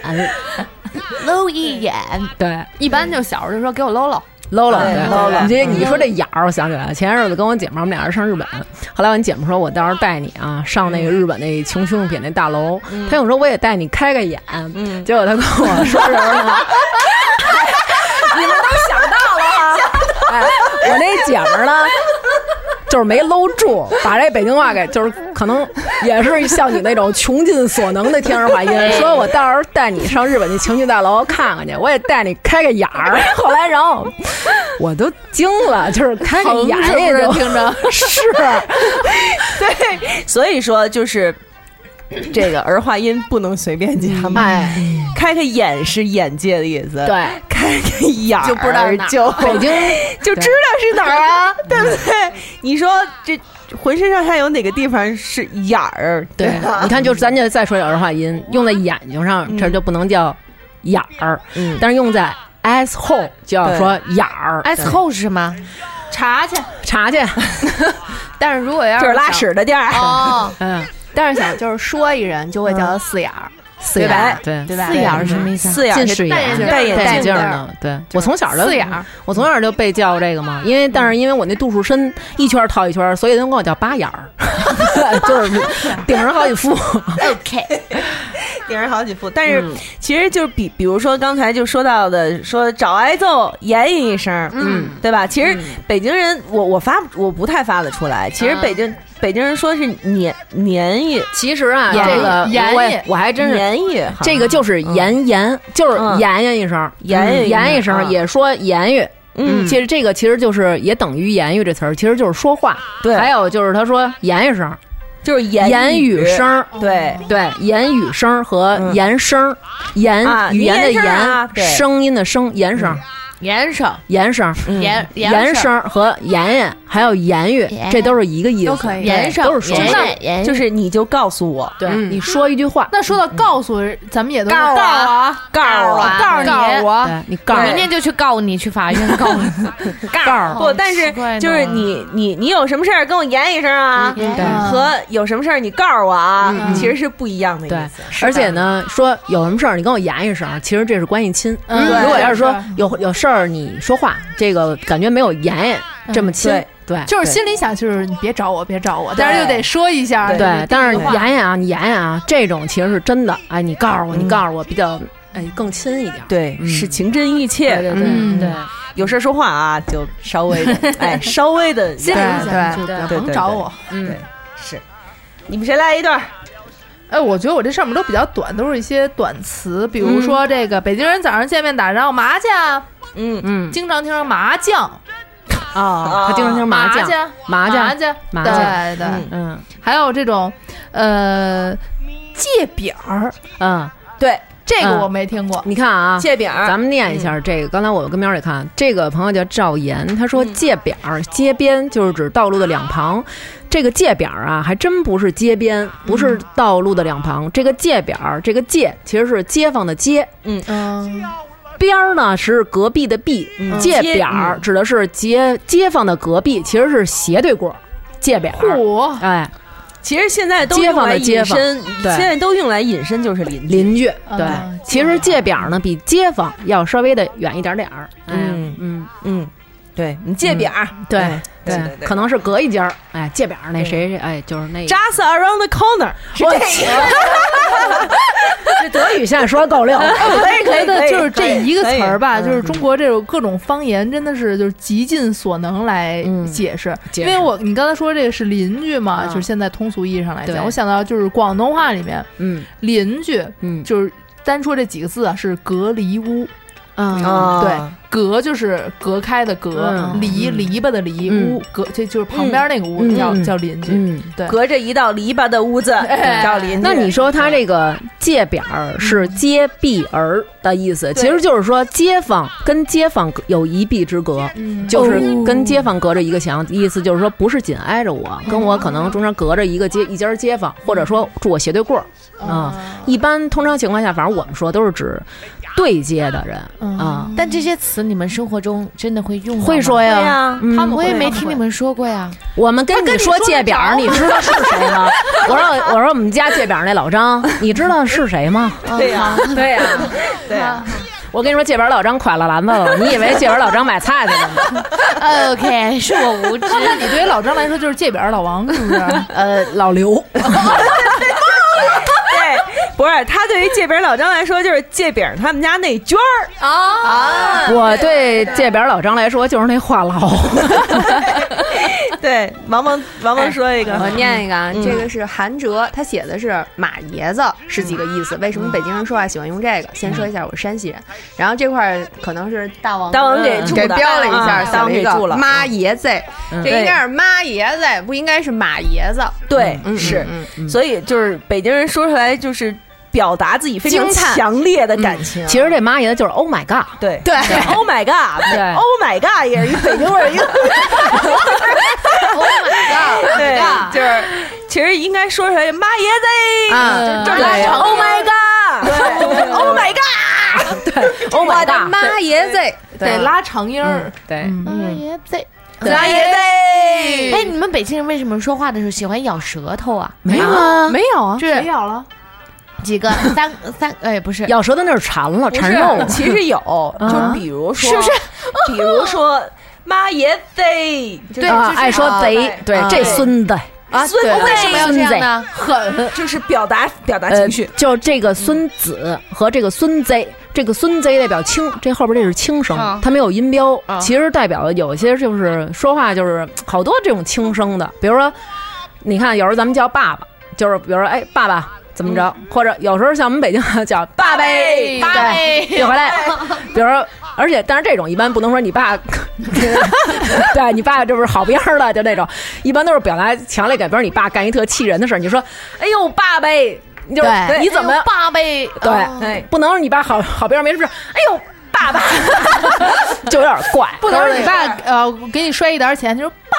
搂一眼，
对，
一般就小时候就说给我搂搂，
搂了，
对
对
搂了
你这你说这眼儿，我想起来了，前些日子跟我姐们儿，我们俩人上日本，后来我姐们说，我到时候带你啊，上那个日本那穷凶用品那大楼，她跟我说我也带你开开眼，
嗯
结果她跟我说什么呢？你们都想到了哈， 哎，我那姐们儿呢？就是没搂住， 把这北京话给就是可能也是像你那种穷尽所能的天津话
哎
音，说我到时候带你上日本那情趣大楼看看去，我也带你开个眼 儿。后来然后我都惊了，就是开个眼
是不
也
是
就
听着？
是
对，所以说就是这个儿化音不能随便加嘛。
哎，
开开眼是眼界的意思，
对，
开开眼儿
就不知道哪儿
就
北京
就知道是哪儿啊，对不对？你说这浑身上下有哪个地方是眼儿？
对，你看就是咱就再说这儿化音，用在眼睛上
嗯
这就不能叫眼儿，
嗯，
但是用在 s s hole 就要说眼儿，
S 后是什么？
查去。
查 去，
但是如果要
就是是拉
想，
屎的地儿。
哦，
嗯，
但是想就是说一人就会
嗯
叫他四眼儿，
四
对
眼
吧
儿，对。
对吧？
四眼儿是什么意思啊？
四眼
近
儿
视
是
眼
戴眼
戴眼
镜
镜
儿，
儿呢？对我从小就
四眼儿，
我从小就被叫这个嘛，因为但是因为我那度数深，一圈儿套一圈儿，所以他们管我叫八眼儿， 就是顶上好几副。
OK，
顶上好几副。但是
嗯
其实就是比，比如说刚才就说到的，说找挨揍，言语一声，嗯，对吧？其实北京人，我我发我不太发得出来。其实北
嗯
京北京人说是年年语，
其实啊，
眼
这个
眼
我也我还真是。
年语好像，
这个就是言言，就是
嗯
言言一声，
言言一声
言一声，
嗯
也说言语。
嗯
其实这个其实就是也等于言语这词儿，其实就是说话。
对
还有就是他说言一声，
就是言
言语
语
声儿，
对，
对，言语声儿和
嗯
言声儿，言
啊
语言的
言声儿啊
言，
对
声音的声，言声儿，
严声，
言声儿，
严
言声儿和言言，还有言语
言，
这都是一个意思，
都可以
严声，
都是说
严
的
严
就是你就告诉我，
对，
嗯
你说一句话，
那说到告诉，咱们也都是
告
告
诉啊
啊，
告啊诉我。
告诉你，
我，
对你告诉
明天就去告你，去法院告 你，
告诉
不，但是
奇怪呢
就是你你你有什么事儿跟我言一声啊，
嗯对
和有什么事儿你告诉我啊
嗯，
其实是不一样的
对
意思。，
而且呢，说有什么事儿你跟我言一声，其实这是关系亲。
嗯
如果要是说
对
有有事儿你说话，这个感觉没有言言这么亲
对，
对，
就是
对
心里想就是你别找我，别找我，但是又得说一下，
对
对，但是
这个话
妍妍啊，你妍妍啊，这种其实是真的。哎，你告诉我，你告诉我，比较哎更亲一点。
对，
嗯
是情真意
对
切，
对
嗯
对对，
有事儿说话啊，就稍 微的，哎，稍微的。
心里想就
对对
甭找我。
嗯，
是，你们谁来一段儿？
哎，我觉得我这上面都比较短，都是一些短词，比如说这个北京人早上见面打招呼麻将，
嗯
嗯
经常听说麻将，
啊，他经常听麻
麻
将，
将，
麻
麻
将，
将，
麻
对对，
嗯
嗯
还有这种呃借饼儿，
嗯，
对，
这个
嗯
我没听过，
你看啊。
借饼儿，
咱们念一下这个，刚才我跟喵儿也看，这个朋友叫赵岩，他说
嗯
界边儿，街边就是指道路的两旁。这个界边儿啊，还真不是街边，不是道路的两旁。这个界边儿，这个界其实是街坊的街，
嗯，
边儿呢是隔壁的壁，
嗯
界
街
边儿指的是街街坊的隔壁，其实是斜对过儿，界边儿。
嚯，
哎，
其实现在都
街
用
坊
来
的街
引
坊
申，
对
现在都用来引申就是邻居。
邻居对
嗯，
其实界边儿呢比街坊要稍微的远一点点儿。哎
嗯
嗯，
嗯，对你借饼儿，
对
对对对
可能是隔一家儿。哎，界边儿那谁谁哎，就是那。
，just around the corner，是
我
这
去
个。
这德语现在说够溜 了。
我觉得就是
可以
这一个
可以
词儿吧，
嗯
就是中国这种各种方言，真的是就是极尽所能来
嗯
解释。
解
因
释
为我你刚才说这个是邻居嘛，
嗯
就是现在通俗意义上来
对
讲，我想到就是广东话里面
嗯
邻居
嗯
就是单说这几个字啊，是隔离屋。
啊，
啊，
对，隔就是隔开的隔，
嗯
篱篱笆的篱，
嗯
屋隔这就是旁边那个屋
嗯
叫
嗯
叫邻居。
嗯。
隔着一道篱笆的屋 子叫邻居。
那你说他这个界边儿是街壁儿的意思，其实就是说街坊跟街坊有一壁之隔，就是跟街坊隔着一个墙，意思就是说不是紧挨着我，跟我可能中间隔着一个街一家街坊，或者说住我斜对过儿
嗯
啊。一般通常情况下，反正我们说都是指对接的人
嗯
啊，
但这些词你们生活中真的会用到吗
会说
对
呀。
呀，
嗯
他们我也没听你们说过呀。
我们跟你说界表，你知道是谁 吗？我说我说我们家界表那老张，你知道是谁吗？
对呀， 对呀，对呀，
我跟你说，界边老张垮了篮子了，你以为界边老张买菜去 了吗？
OK，是我无知。
那你对于老张来说就是界边儿老王是不是？
呃，老刘，
对，不是他对于借饼老张来说就是借饼他们家那娟儿，
啊
嗯
我对界边老张来说就是那话痨。
对，王蒙王蒙说一个
我，念一个啊，
嗯
这个是韩哲，他写的是马爷子是几个意思？为什么北京人说话喜欢用这个？先说一下，我是山西人，然后这块儿可能是
大王
大王给
嗯
住
给
的，
标了一下，
啊
写
大王
了一
给
个
住了，嗯
妈爷子，这应该是妈爷子，不应该是马爷子。
对
嗯，
是，
嗯嗯
所以就是北京人说出来就是表达自己非常
惊叹
强烈的感情，
其实这妈爷就是 Oh my God，
对
对
，Oh my God，Oh my God 也是一北京味儿一个。对，就是其实应该说出来，妈耶
啊
子，就是
对
这么 Oh my God，o h my God，
，Oh my God，
妈爷子，嗯
得拉长音儿，
对，
嗯爷在。
妈耶
哎，你们北京人为什么说话的时候喜欢咬舌头啊？
没有
嗯
啊，
没有啊，
是
别咬了。
几个三三？哎，不是，
咬舌头那是馋了，
子，
馋肉了。
其实有，就比如说，是不是？比如说妈耶贼，
对啊，爱说贼，对这孙子，
啊，
孙
对
子
为什么要这样呢？
狠，就是表达表达
呃
情绪，，
就这个孙子和这个孙贼，这个孙贼代表轻，这后边这是轻声
啊，
它没有音标
啊，
其实代表有些就是说话就是好多这种轻声的，比如说，你看有时候咱们叫爸爸，就是比如说哎爸爸怎么 着，或者有时候像我们北京叫爸
爸呗
对，就回来，比如说而且，但是这种一般不能说你爸， 对你爸这不是好边儿了，就那种，一般都是表达强烈感，比如你爸干一特气人的事儿，你就说：“哎呦，爸呗！”你就是
对
哎
哎
你怎么、
爸呗？
对、
哦
哎
不能你爸好好边儿没事儿，哎呦，爸 爸，就有点怪，
不能是你爸呃给你摔一沓钱，就说爸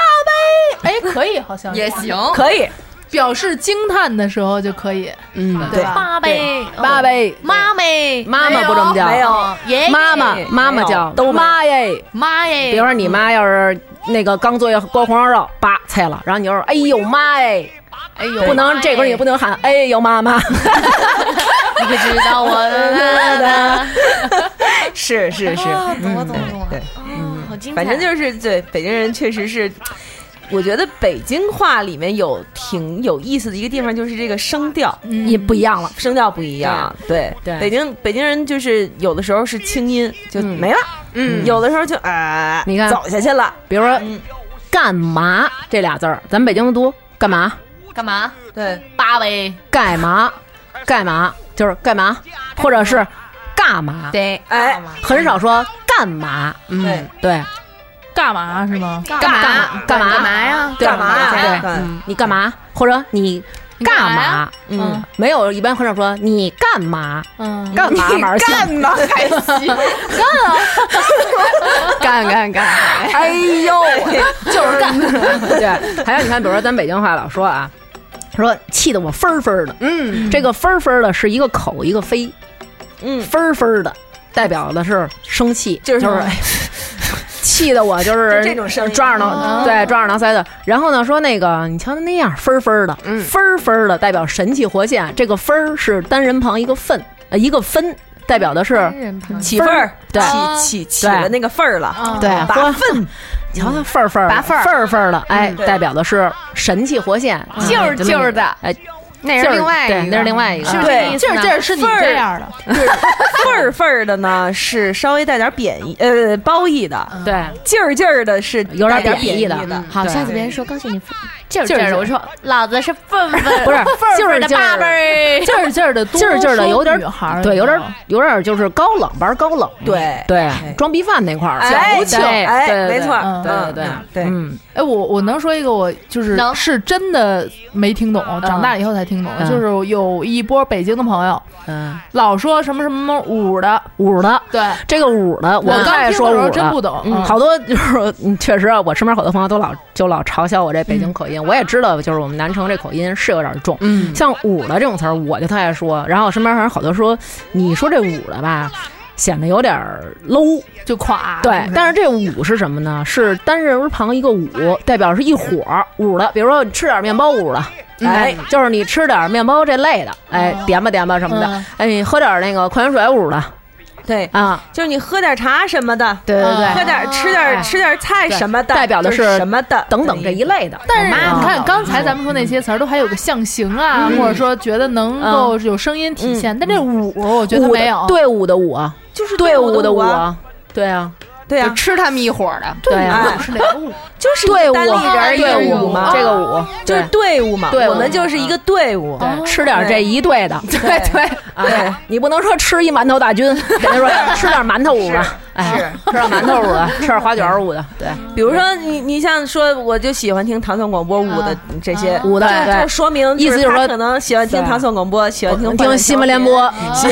呗，哎，可以，好像
也行，
可以，
表示惊叹的时候就可以，
嗯，
对吧？
爸呗，
爸呗，
妈呗，
妈妈不这么叫，
没
啊
有，爷爷
妈
哎
妈妈妈叫都妈耶。
妈耶，
比如说你妈要是那个刚做一锅红烧肉，叭菜了，然后你就说哎呦妈耶，
哎呦，
不能这会儿也不能喊哎呦妈妈，
你可知道我的
是是是，嗯
懂了懂了懂了
对，
哦好精彩，
反正就是对北京人确实是。我觉得北京话里面有挺有意思的一个地方，就是这个声调，
也不一样了。
声调不一样。对
嗯对
北京北京人就是有的时候是清音就
嗯
没了，嗯，有的时候就哎，
你看
走下去了，
比如说
嗯
干嘛这俩字儿，咱们北京读干嘛
干嘛？
对，
八呗，
干嘛干嘛，就是干嘛，或者是干嘛，
对，
哎，
很少说干嘛。
对
嗯，对，
干嘛是吗？
干
嘛干嘛
干嘛呀？
对
干嘛呀
对
对，
你干嘛？或者你干嘛？嗯，没有，一般很少说你干嘛。
嗯，
干嘛玩儿
干嘛还 行，
干干干，
哎呦，就是干。对，还有你看，比如说咱北京话老说啊，说气得我分儿分儿的。嗯，这个分儿分儿的是一个口一个飞，
嗯
分儿分儿的代表的是生气，
就是
就是哎气得我就是
就这种声音
抓耳挠对抓耳挠腮的。然后呢，说那个你瞧他那样分儿分儿的，分儿分儿的代表神气活现，这个分儿是单人旁一个分，呃一个分代表的是
嗯
起份儿，
对嗯
起起起了那个份儿了，
对
拔粪，
瞧他份儿份儿的，
拔份儿
份儿份儿的，哎，
嗯对
代表的是神气活现，啊
劲儿劲儿的，
哎，
那
劲儿对，那是另外一个，
是不是
对
这意思
劲
呢
儿劲儿是你这样的，
份儿份儿的呢是稍微带点贬义，呃，褒义的，
对，
劲儿劲儿的是
嗯有点
带点
贬义
义
的嗯
好，
对
下次别人说恭喜你劲儿劲
劲
儿
儿
的，我说老子是粪粪，
不是
粪
劲
粪
儿
的
劲
爸爸
儿。
儿，
劲儿劲儿的多，
劲儿劲儿的，有点
女孩儿
对，有点有点就是高冷，玩高冷，
对
对，装逼犯那块儿，
哎
矫情，
对哎
对
没错
对对
嗯
对
嗯对
嗯，
哎，我我能说一个，我就是
能
是真的没听懂，长大以后才听懂的，
嗯
就是有一波北京的朋友
嗯，
老说什么什么五的，
五的。
对，
这个五的，我
我刚
爱
听
说
的时
五
候
的，
真不懂
嗯
嗯
好多 就是，嗯确实啊，我身边好多朋友都老就老嘲笑我这北京口
嗯
音。我也知道，就是我们南城这口音是有点重。
嗯
像五的这种词儿，我就特爱说。然后我身边还有好多说，你说这五的吧，显得有点儿 low。
就垮。
对，但是这五是什么呢？是单人旁一个五，代表是一伙儿五的。比如说你吃点面包五的，
嗯
哎，就是你吃点面包这类的，哎，点吧点吧什么的
嗯，
哎，你喝点那个矿泉水五的
对，
啊，
就是你喝点茶什么的，
对对
喝
对，
点吃点吃点菜什么的，
代表的
就是是什么的
等等这一类的。
但是
嗯
你看，刚才咱们说那些词儿都还有个象形啊，或者说觉得能够有声音体现，但这五我觉得
五的
没有。
队伍的伍啊，
就是
队伍
伍
的
的
伍
啊，
啊，对啊，
对
就
啊，
吃他们一伙儿的。
对啊，
哎
是两个五，
就是
队伍啊
单立人儿一
队
个
伍
嘛，
这个五
哦就是
对
队伍嘛，
队伍
我们就是一个队伍，
对，吃点这一队的，对
对对
哎，你不能说吃一馒头大军， 人家说吃点馒头五的，哎，吃点馒头五 的，吃点花卷五的，对，
比如说你你像说，我就喜欢听唐宋广播舞的这些
嗯啊舞的
就
对
就说明
意思就是
就
是
他
说
可能喜欢听
对
唐宋广播，喜欢听
听新闻联播，喜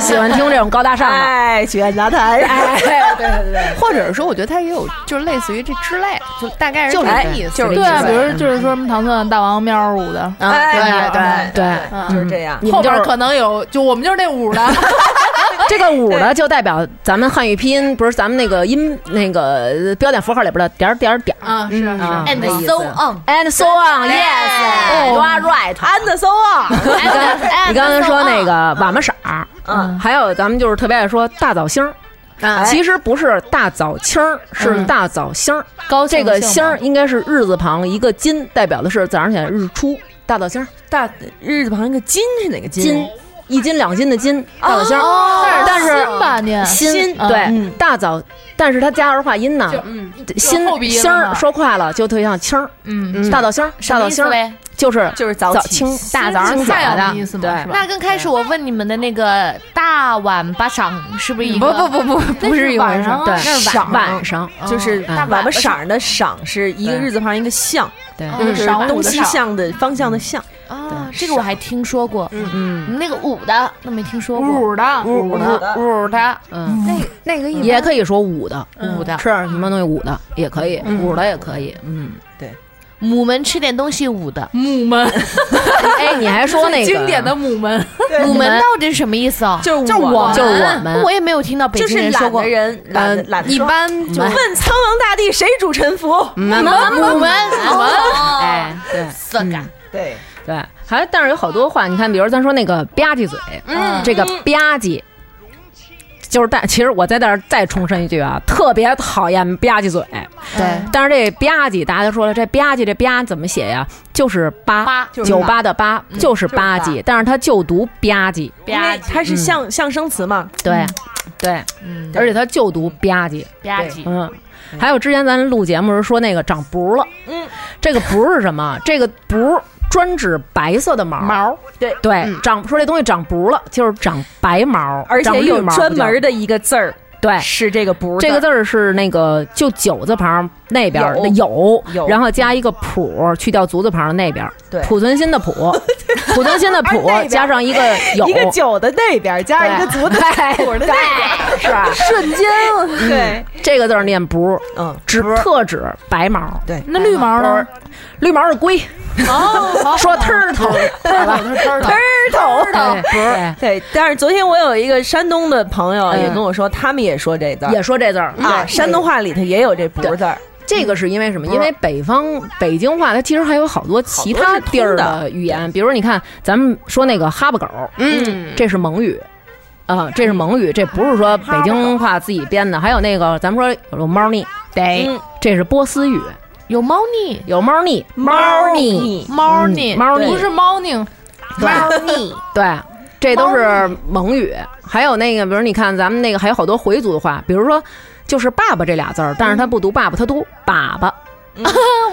喜 欢听这种高大上的，
哎，喜欢杂谈，哎，对对对，
或者说，我觉得它也有，就是类似于这之类，就大概是
就是
这
这
个意思。啊
就是
对
这
啊，
意思
比如就是说什么唐宋大王喵五的，
哎，
嗯
对对
对就是这样。
你
后
们就
边
是
可能有，就我们就是那五的，
这个五呢，就代表咱们汉语拼音，不是咱们那个音那个标点符号里边的点儿点儿点儿
啊，是是。
啊
and so on。
，and so on yes，you are right。
安德松 啊，
你刚你刚才说那个瓦么色儿，
嗯，
还有咱们就是特别爱说大枣星儿。
哎
其实不是大枣青儿，是大枣星儿。高这个星儿应该是日字旁一个金，代表的是早上起来日出。大枣星儿，
大日字旁一个金是哪个
金一斤两斤的斤大枣心 儿，但是
新哦吧您
心
嗯
对大枣，但是它加儿化音呢，心
后鼻音
心儿
了
说快了就特别像青儿，
嗯，
大枣心儿，大枣心
意思
儿
呗？
就是
就是早
早
起
清大早
早上
上
起
起
来
来
的啊意
的
思嘛
对
是吧
那跟开始我问你们的那个大碗巴掌是不是一
不
个？
不不不，不是一回
晚
事
上
儿
啊。
对
那是晚
晚上
就是
嗯
大晚巴赏的赏是一个日字旁一个向，
对
哦
就是
晌午的
东西
晌
向的方向的向。
啊，这个我还听说过，
嗯
嗯那个五的都没听说过，
五的
五的
五的
嗯，
那那个一
也可以说捂的，
嗯
五的，
吃点什么东西捂的也可以，捂的也可 以，嗯。
母们吃点东西五的，
母门，
哎，你还说那个
经典的母门，
母们到底是什么意思啊？
就是
就是我
就是我们
我也没有听到北
就
京
是
人说
懒
过
的。人，懒得懒得
一
说
般就
问苍茫大地谁主沉浮？
们
母们，母们，
哎，对
色感，
对，
对，还但是有好多话，你看，比如咱说那个吧唧嘴，啊这个吧唧。就是但其实我在这儿再重申一句啊，特别讨厌吧唧嘴。
对，
但是这吧唧，大家都说了，这吧唧这吧怎么写呀？就是八
八
酒吧的吧，就是吧唧，但是它就读吧唧，
因为它是象象声词嘛。
对，对，
嗯，
而且它就读吧唧，
吧唧，
嗯，还有之前咱录节目时说那个长补了，
嗯，
这个补是什么？ 这个补专指白色的毛毛，
对嗯
对，长说这东西长补了，就是长白毛，
而且
长绿
有
毛
专
不叫
门的一个字儿，
对。
是这个不
这个字儿是那个就九字旁那边儿的有，
有
然后加一个普，去掉足字旁的那边儿，
对
濮存昕的 濮，濮存昕的
而那边
濮
儿
加上一个有，
一个九的那边加上一个足的土的那边，是吧？瞬间，对，
这个字儿念不，
嗯，
指特指白毛，
那绿毛呢？
绿毛是龟，
哦，
说 turtle，好吧
头头。
对对
对，但是昨天我有一个山东的朋友也
嗯
跟我说，他们也说这字儿
也说这字儿
啊，山东话里头也有这“不”字儿，
这个是因为什么？
不是
因为北方北京话，它其实还有好多其他地儿
好多
的语言，比如你看，咱们说那个哈巴狗，
嗯，
这是蒙语。啊、这是蒙语，这不是说北京话自己编的。还有那个，咱们说有猫腻，
得
嗯
这是波斯语，
有猫腻，
有猫腻，
猫
腻，
腻，
猫腻，
嗯猫腻
不是猫腻，
猫腻，
对，这都是蒙语。还有那个，比如你看咱们那个，还有好多回族的话，比如说就是“爸爸”这俩字儿，但是他不读“爸爸”，他读“粑粑”。
嗯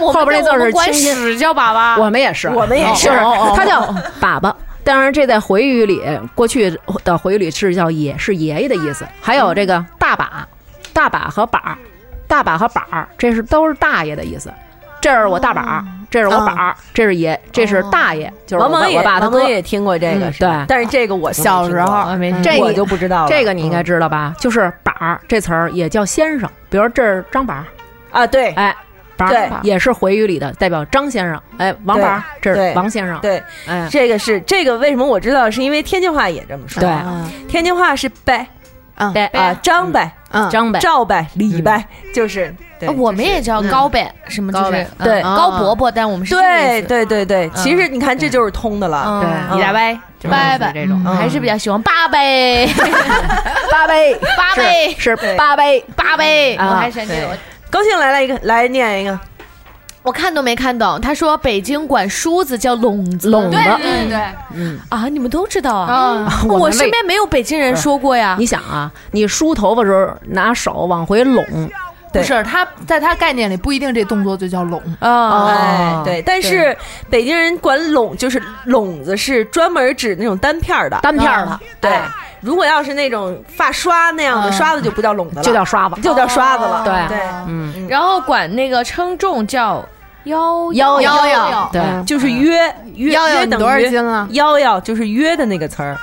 我
后
们
边那字儿是
我们管
亲音
屎叫粑粑，
我们也是，哦
我们也是哦
就是它叫粑粑。当然，这在回语里，过去的回语里是叫爷，是爷爷的意思。还有这个大把、大把和把儿、大把和把儿，这是都是大爷的意思。这是我大把儿，这是我把儿，这是爷，这是大爷，就是我
哦王
爸
蒙也
我爸他
王
哥
蒙。也听过这个，
嗯
是吧
对
但是这个我就没
小时
听过
候
没
这
我
你
就不知道了。
这个你应该知道
嗯
吧？就是把儿这词儿也叫先生，比如说这是张把儿，
啊，对
哎，把
对
儿也是回语里的代表张先生，哎，王把儿这
对
是王先生，
对，
哎，
这个是这个为什么我知道？是因为天津话也这么说。啊
对
嗯
天津话是呗
对
啊，
啊，
张呗、
嗯，
张呗，
赵呗、李呗，就是对
呃我们也叫高呗，什么就
高
是
呗
嗯
对
高伯伯，但我们是这个
对
意思
对对对。其实你看，这就是通的了。
嗯，
对
你来呗，拜拜
这种
嗯 还是比较喜欢八呗，
八杯，
八呗，
是八杯，
八呗，我
啊
还喜欢这种。
高兴来了一个，来念一个，
我看都没看懂，他说北京管梳子叫拢子，
拢子
对
对对，
啊，你们都知道啊。
嗯，
我
我
们
身
为
边没有北京人说过呀
你，想啊，你梳头发时候拿手往回拢，
对
不 是他在他概念里不一定这动作就叫拢，
哦
啊，
哎，对，但是北京人管拢就是拢子是专门指那种单片儿的，
单片儿
嗯
的
对。如果要是那种发刷那样的
嗯
刷子，就不叫哦拢子了，
就叫刷子。
就叫刷子了。
对
对，
嗯，
然后管那个称重嗯叫腰嗯
腰
腰
嗯
腰
腰
对，
就是约约
幺幺
约
你
等
多少
于
斤了？
幺幺就是约的那个词儿，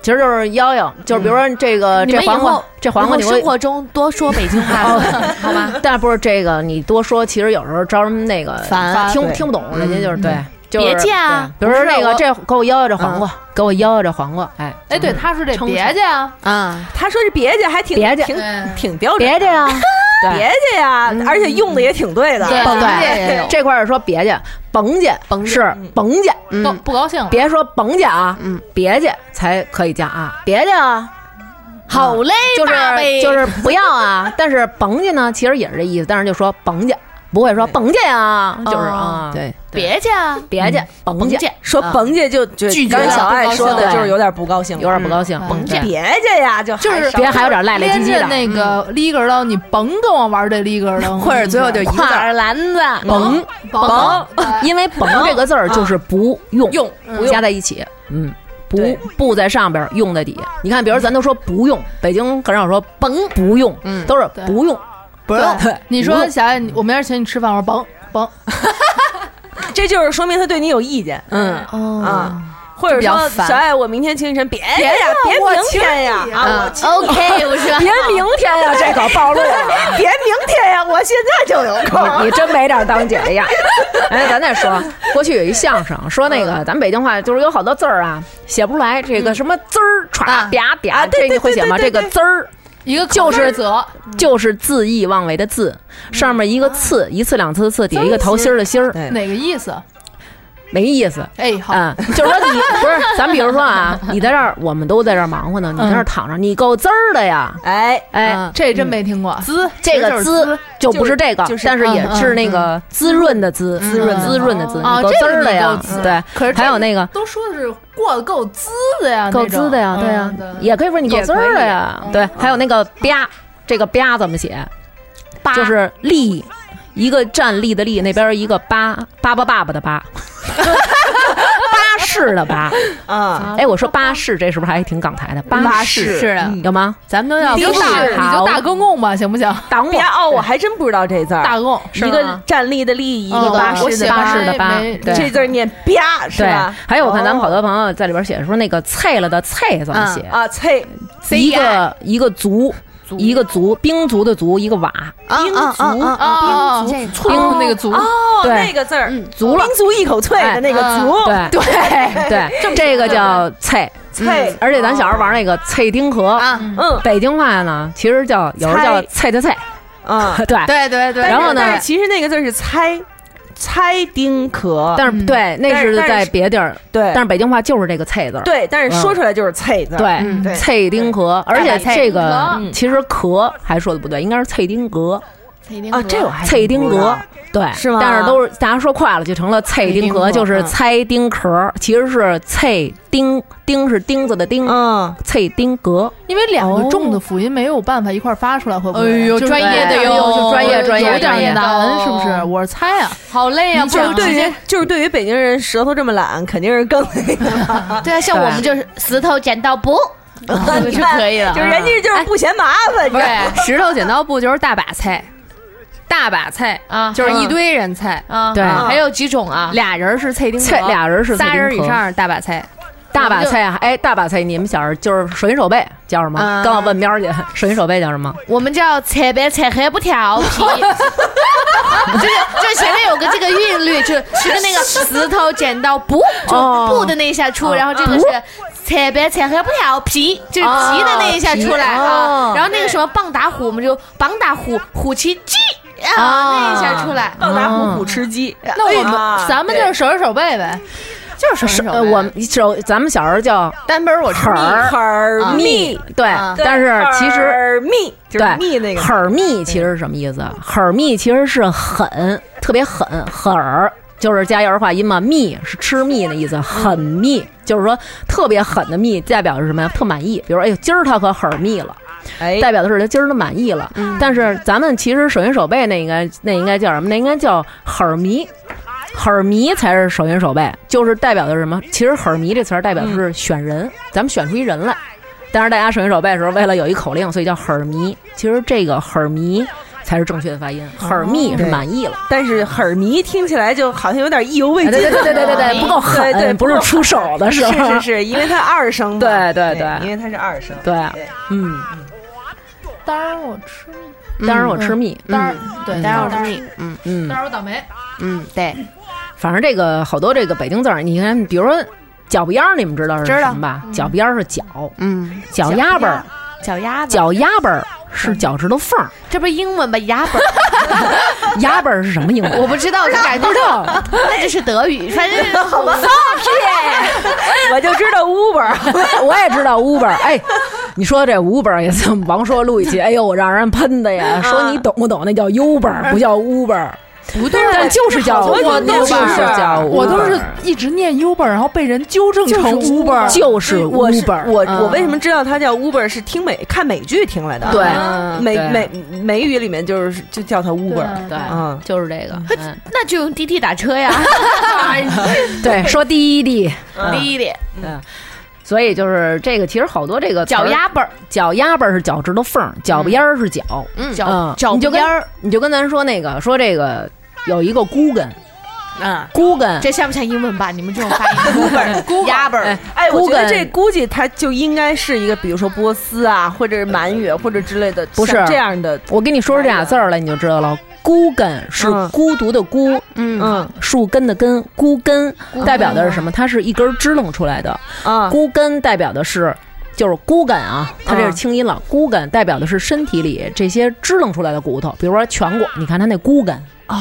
其实就是腰腰，就是比如说这个
嗯你
这
们以
黄瓜
后，
这黄瓜
以
你
后
会
生活中多说北京话，
哦
好吗？
但不是这个，你多说，其实有时候招人那个
烦
听
对嗯
听不懂，人家就是对，就是
别介啊，
比如说那
不是
个
我
这给我腰腰这黄瓜，给我腰腰这黄瓜，哎
哎，对，他说这
称
别介啊，
啊，
他说是别介，还挺
别介
挺
嗯
挺标准
别
的，
介啊，对，
别介呀，而且用的也挺嗯对的，
对
甭
别介也
对
有，
这块儿说别介，甭介，
甭介
是甭介，
都
嗯，
不高兴了，
别说甭介啊，
嗯，
别介才可以加啊，别介啊，
好
哎
嘞，
就是
爸呗
就是不要啊，但是甭介呢，其实也是这意思，但是就说甭介，不会说甭去啊，就是啊，
对，
别去啊，
别去，甭
甭
去
去，
说甭介就就
拒绝
刚才小爱说的
了
就是有点不高兴，
有点不高兴，甭
嗯。别介呀，就就是
别还有点赖赖
连
唧唧
着
的。
那个 l e g a 刀，你甭跟我玩这 l e g a 刀，
或者最后就一个字
挎
儿
着篮子，
甭
甭
因为“甭”这个字儿就是不用，
用不用
加在一起，嗯，不
对
不在上边儿，用在底下。你看，比如咱都说不用，北京很少说甭不用，嗯，都是
对
不用，不用。对
你
不
说
用
小爱，你我明儿请你吃饭，我说甭甭，
这就是说明他对你有意见，嗯啊。或者
比较
说，
烦
小爱，我明天清晨别别呀，别明天呀啊，我
嗯 OK，我说
别明天呀，这可暴露了， 别明天呀，我现在就有空。
你你真没点儿当姐的样儿。哎，咱再说，过去有一相声说那
嗯
个，咱北京话就是有好多字儿啊写不出来，这个什么滋儿、歘、
啊
吧吧，这你会写吗？这个滋儿。
一个口
就是
责，
嗯
就是恣意妄为的恣，上面一
啊
个刺，一次两次的刺，底下一个桃心儿的心儿，
对
哪个意思？
没意思。
哎，好，
嗯，就是说你不是，咱比如说啊，你在这儿，我们都在这儿忙活呢，你在这
嗯
儿躺着，你够滋儿的呀，
哎，
哎，
嗯这真没听过，滋，
这个滋就不是这个
就是就是，
但
啊
是也
嗯
是那个滋润的滋，滋
润的
滋润的滋，
哦
你够滋儿的
这个
呀
你够，滋
对。
可是
还有那个
都说的是过得够滋的呀，
够
那种
滋的呀，对呀
嗯，
也可以说你够滋儿的呀，
也可以嗯
对。还有那个吧，这个吧怎么写？
八
就是立，一个站立的立，那边儿一个八巴巴爸爸的 巴，巴士的巴。
啊，
哎，我说巴士，这是不是还挺港台的？巴士
是的，
有吗？
咱们都要
你就大你就大公共吧，行不行？
挡我
别哦，我还真不知道这字儿，
大公，
是
一个
吗
站立的立，
哦
一个
嗯
巴士
我
的
写
巴
巴士的
没
巴
没
对
这字儿念吧是
对
吧？，哦
还有我看咱们好多朋友在里边写说那个“菜了”的“菜”怎么写？
啊，翠
一个一个族，一个族，兵族的族，一个瓦，
英
嗯
族
嗯
啊啊，这个
兵
那个族，
哦，
对嗯
那个字儿，
足了嗯
民族一口脆的那个
哎
族，
对对对，这个叫“菜嗯
脆”，，
而且咱小时候玩那个“脆丁河”，
啊
嗯
北京话呢，其实叫有时候叫“菜的菜
啊”，。
对。
对对对，
然后呢
但是其实那个字儿是猜猜丁壳，
但是对，那
但是
是
但
在
是
别地儿，
对
但是北京话就是这个“菜”字儿。
对，但是说出来就是脆字。，嗯
对，
对
脆丁壳，而且这个
嗯
其实壳还说的不对，应该是脆丁格，
啊，这我
哎
还
脆丁
不知
格
道，
对，
是吗
但是都是大家说快了，就成了脆丁格，
脆丁格
就是
嗯
猜丁壳，其实是脆丁，丁是钉子的钉，
嗯，
脆丁格。
因为两个重的辅音没有办法一块儿发出来，会不会？
哎
哦
呦
就是
专业的
哎呦
哟
就专业
专业
有
专业
点
哦
难，是不是？我是猜啊，
好累啊，不
就是
能
对
直接
于就是对于北京人舌头这么懒，肯定是更那个，
对啊，像
对
我们就是石头剪刀布啊就可以了啊
就。是人家就是不嫌麻烦，你知道吗
对，石头剪刀布就是大把菜，大把菜
啊
就是一堆人菜，
啊，
对
还有几种啊？
俩人是脆丁壳，
菜俩人是脆
仨人
丁
以
壳
上是大把菜，
大把菜啊，哎，大把菜，你们小时候就是手心手背叫什么？
啊
刚我问喵儿去，手心手背叫什么？
我们叫扯白扯黑不调 皮，就是就是前面有个这个韵律，就是是跟那个石头剪刀布，就布的那一下出，然后这个是扯白扯黑不调皮，就是皮的那一下出来啊。然后那个什么棒打虎，我们就棒打虎，虎骑鸡啊，那一下出来。
棒打虎虎吃鸡。
哎
那
哎
我
啊
们咱们就是手指手背呗，
就是手
呃，我们手咱们小时候叫
单本我吃
盆儿啊
蜜儿蜜，
对，
对
但是其
盆
实
儿蜜就是
对，
蜜那个
狠儿蜜其实是什么意思？狠儿蜜其实是狠，特别狠，狠儿。就是加儿化音嘛，蜜是吃蜜的意思，狠蜜就是说特别狠的蜜，代表的是什么呀？特满意。比如说，哎呦，今儿他可狠儿蜜了，
哎
代表的是他今儿他满意了。但是咱们其实手心手背那应该那应该叫什么？那应该叫狠儿迷，狠儿迷才是手心手背，就是代表的是什么？其实狠儿迷这词儿代表的是选人，咱们选出一人来。但是大家手心手背的时候，为了有一口令，所以叫狠儿迷。其实这个狠儿迷才是正确的发音，狠儿蜜是满意了。
但是狠儿迷听起来就好像有点意犹未
哎
尽。
对对对对对对对，不够狠，
对对
不是出手的 时候。
是是是，因为它二声嘛。
对对对
因为它是二声。
对，嗯，
当然我吃，
当然我吃蜜，
当然嗯对，当然我吃蜜，
嗯，
当然我倒霉，
嗯，对，
反正这个好多这个北京字儿，你看，比如说脚边儿，你们知道是什么吧？脚边儿是脚，
嗯，
脚丫本儿，
脚丫子，
脚丫本儿是脚趾头缝儿，
这不是英文吧？鸭本儿，
丫本儿是什么英文？ 哎
我不知道， 这感觉不知道，那就是德语，反正 好吧。
哎我就知道 Uber
我也知道 Uber，哎，你说这 Uber 也是王说录一期，哎呦，我让人喷的呀，说你懂不懂？那叫 Uber，不叫 Uber。
不对，
但就是叫
好多
Uber，
我都
就是
是
叫
我都
Uber
是一直念 Uber，然后被人纠正成 Uber，
就是
我是
Uber，
我
嗯
我为什么知道它叫 Uber 是听美看美剧听来的？
对
美
嗯对
美美语里面就是就叫它 Uber。
对啊
嗯，
就是这个。嗯
那就用滴滴打 车呀，
对，说滴滴，
滴滴
所以就是这个，其实好多这个词
脚
儿，
丫辈儿，
脚丫巴是脚趾头缝儿，脚边儿是脚，
嗯
脚
嗯
脚
你就跟
边儿，
你就跟咱说那个说这个有一个 Google，Google，
嗯，这像不像英文吧？你们这种发音，Uber 丫辈儿，
哎，我觉得
Google
这估计它就应该是一个，比如说波斯啊，或者是满语或者之类的，
不是
像这样的。
我跟你说出这俩字儿来，你就知道了。孤根是
嗯
孤独的孤，
嗯
树根的根，孤根代表的是什么？它是一根儿支棱出来的。
啊
孤根代表的是，就是孤根啊，它这是
嗯
清音了。孤根代表的是身体里这些支棱出来的骨头，比如说颧骨，你看它那孤根啊，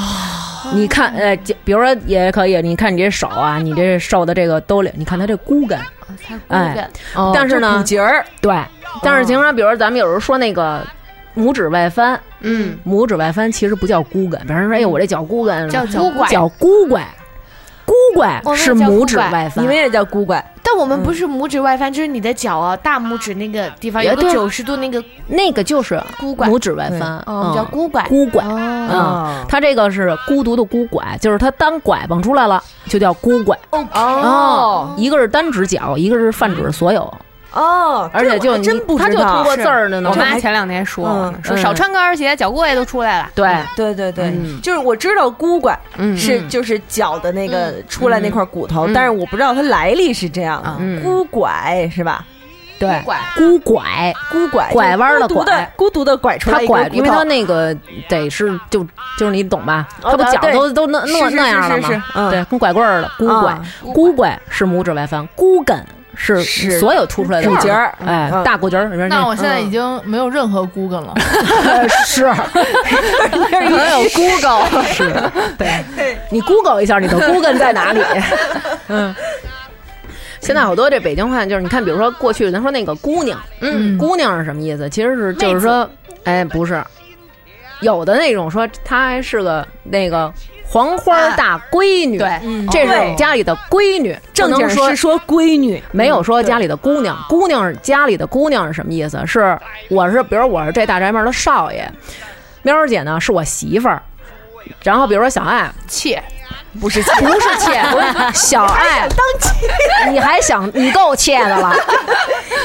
你看呃，就比如说也可以，你看你这手啊，你这瘦的这个兜里，你啊看它这孤根，哦哎，但是呢
这骨节儿，
对，但是平常比如说咱们有时候说那个拇指外翻，
嗯，
拇指外翻其实不叫孤根，比方说，哎呦，我这脚孤根嗯
叫脚拐
叫孤拐，哦孤拐
我们也
是
叫孤
拇指
拐
外翻，
你们也叫孤拐
但我们不是拇指外翻，就是你的脚啊，大拇指那个地方
也
有个
对
九十度那个，
那个就是
孤拐
拇指外翻，
哦，我们叫
嗯
孤拐，
孤拐。
哦
嗯，它这个是孤独的孤拐，就是它单拐棒出来了，就叫孤拐。哦，一个是单指脚，一个是泛指所
嗯
有，
哦，
而且就
这我还
你
真不
它
知
就通
道
过字儿呢呢
我。妈前两天说我呢，
嗯
说
嗯
少穿高跟鞋，脚过也都出来了。
对，
对对对，
嗯
就是我知道孤拐是就是脚的那个出来那块骨头，但是我不知道它来历是这样的。
嗯
孤拐是吧？
对
拐，
孤拐，
孤拐
拐弯儿的
就是孤独
拐
的孤独的拐出来
它
一
拐
个，
因为它那个得是就就是你懂吧？它
哦
不
对
脚
对
都都那那
是是
那样了
是是
吗
是？嗯
对，跟拐棍儿的孤
啊
拐，孤拐是拇指外翻，孤根是
是
所有凸出来的
骨节儿
哎，
嗯
大骨节儿。你说
那
那
我现在已经没有任
嗯
何 Google 了，
是，
没有孤
是，对，你 Google 一下你的 Google 在哪里？嗯。现在好多这北京话就是，你看，比如说过去咱说那个姑娘，
嗯
姑娘是什么意思？其实是就是说，哎，不是，有的那种说她还是个那个黄花大闺女，
对
这是
对
我们家里的闺女，
正
不
经
能说嗯
是说闺女，
没有说家里的姑娘，姑娘是家里的姑娘是什么意思？是我是比如我是这大宅门的少爷，喵儿姐呢是我媳妇儿，然后比如说小爱
切，
不是不是 妾，小爱当妾，你还想你够妾的了。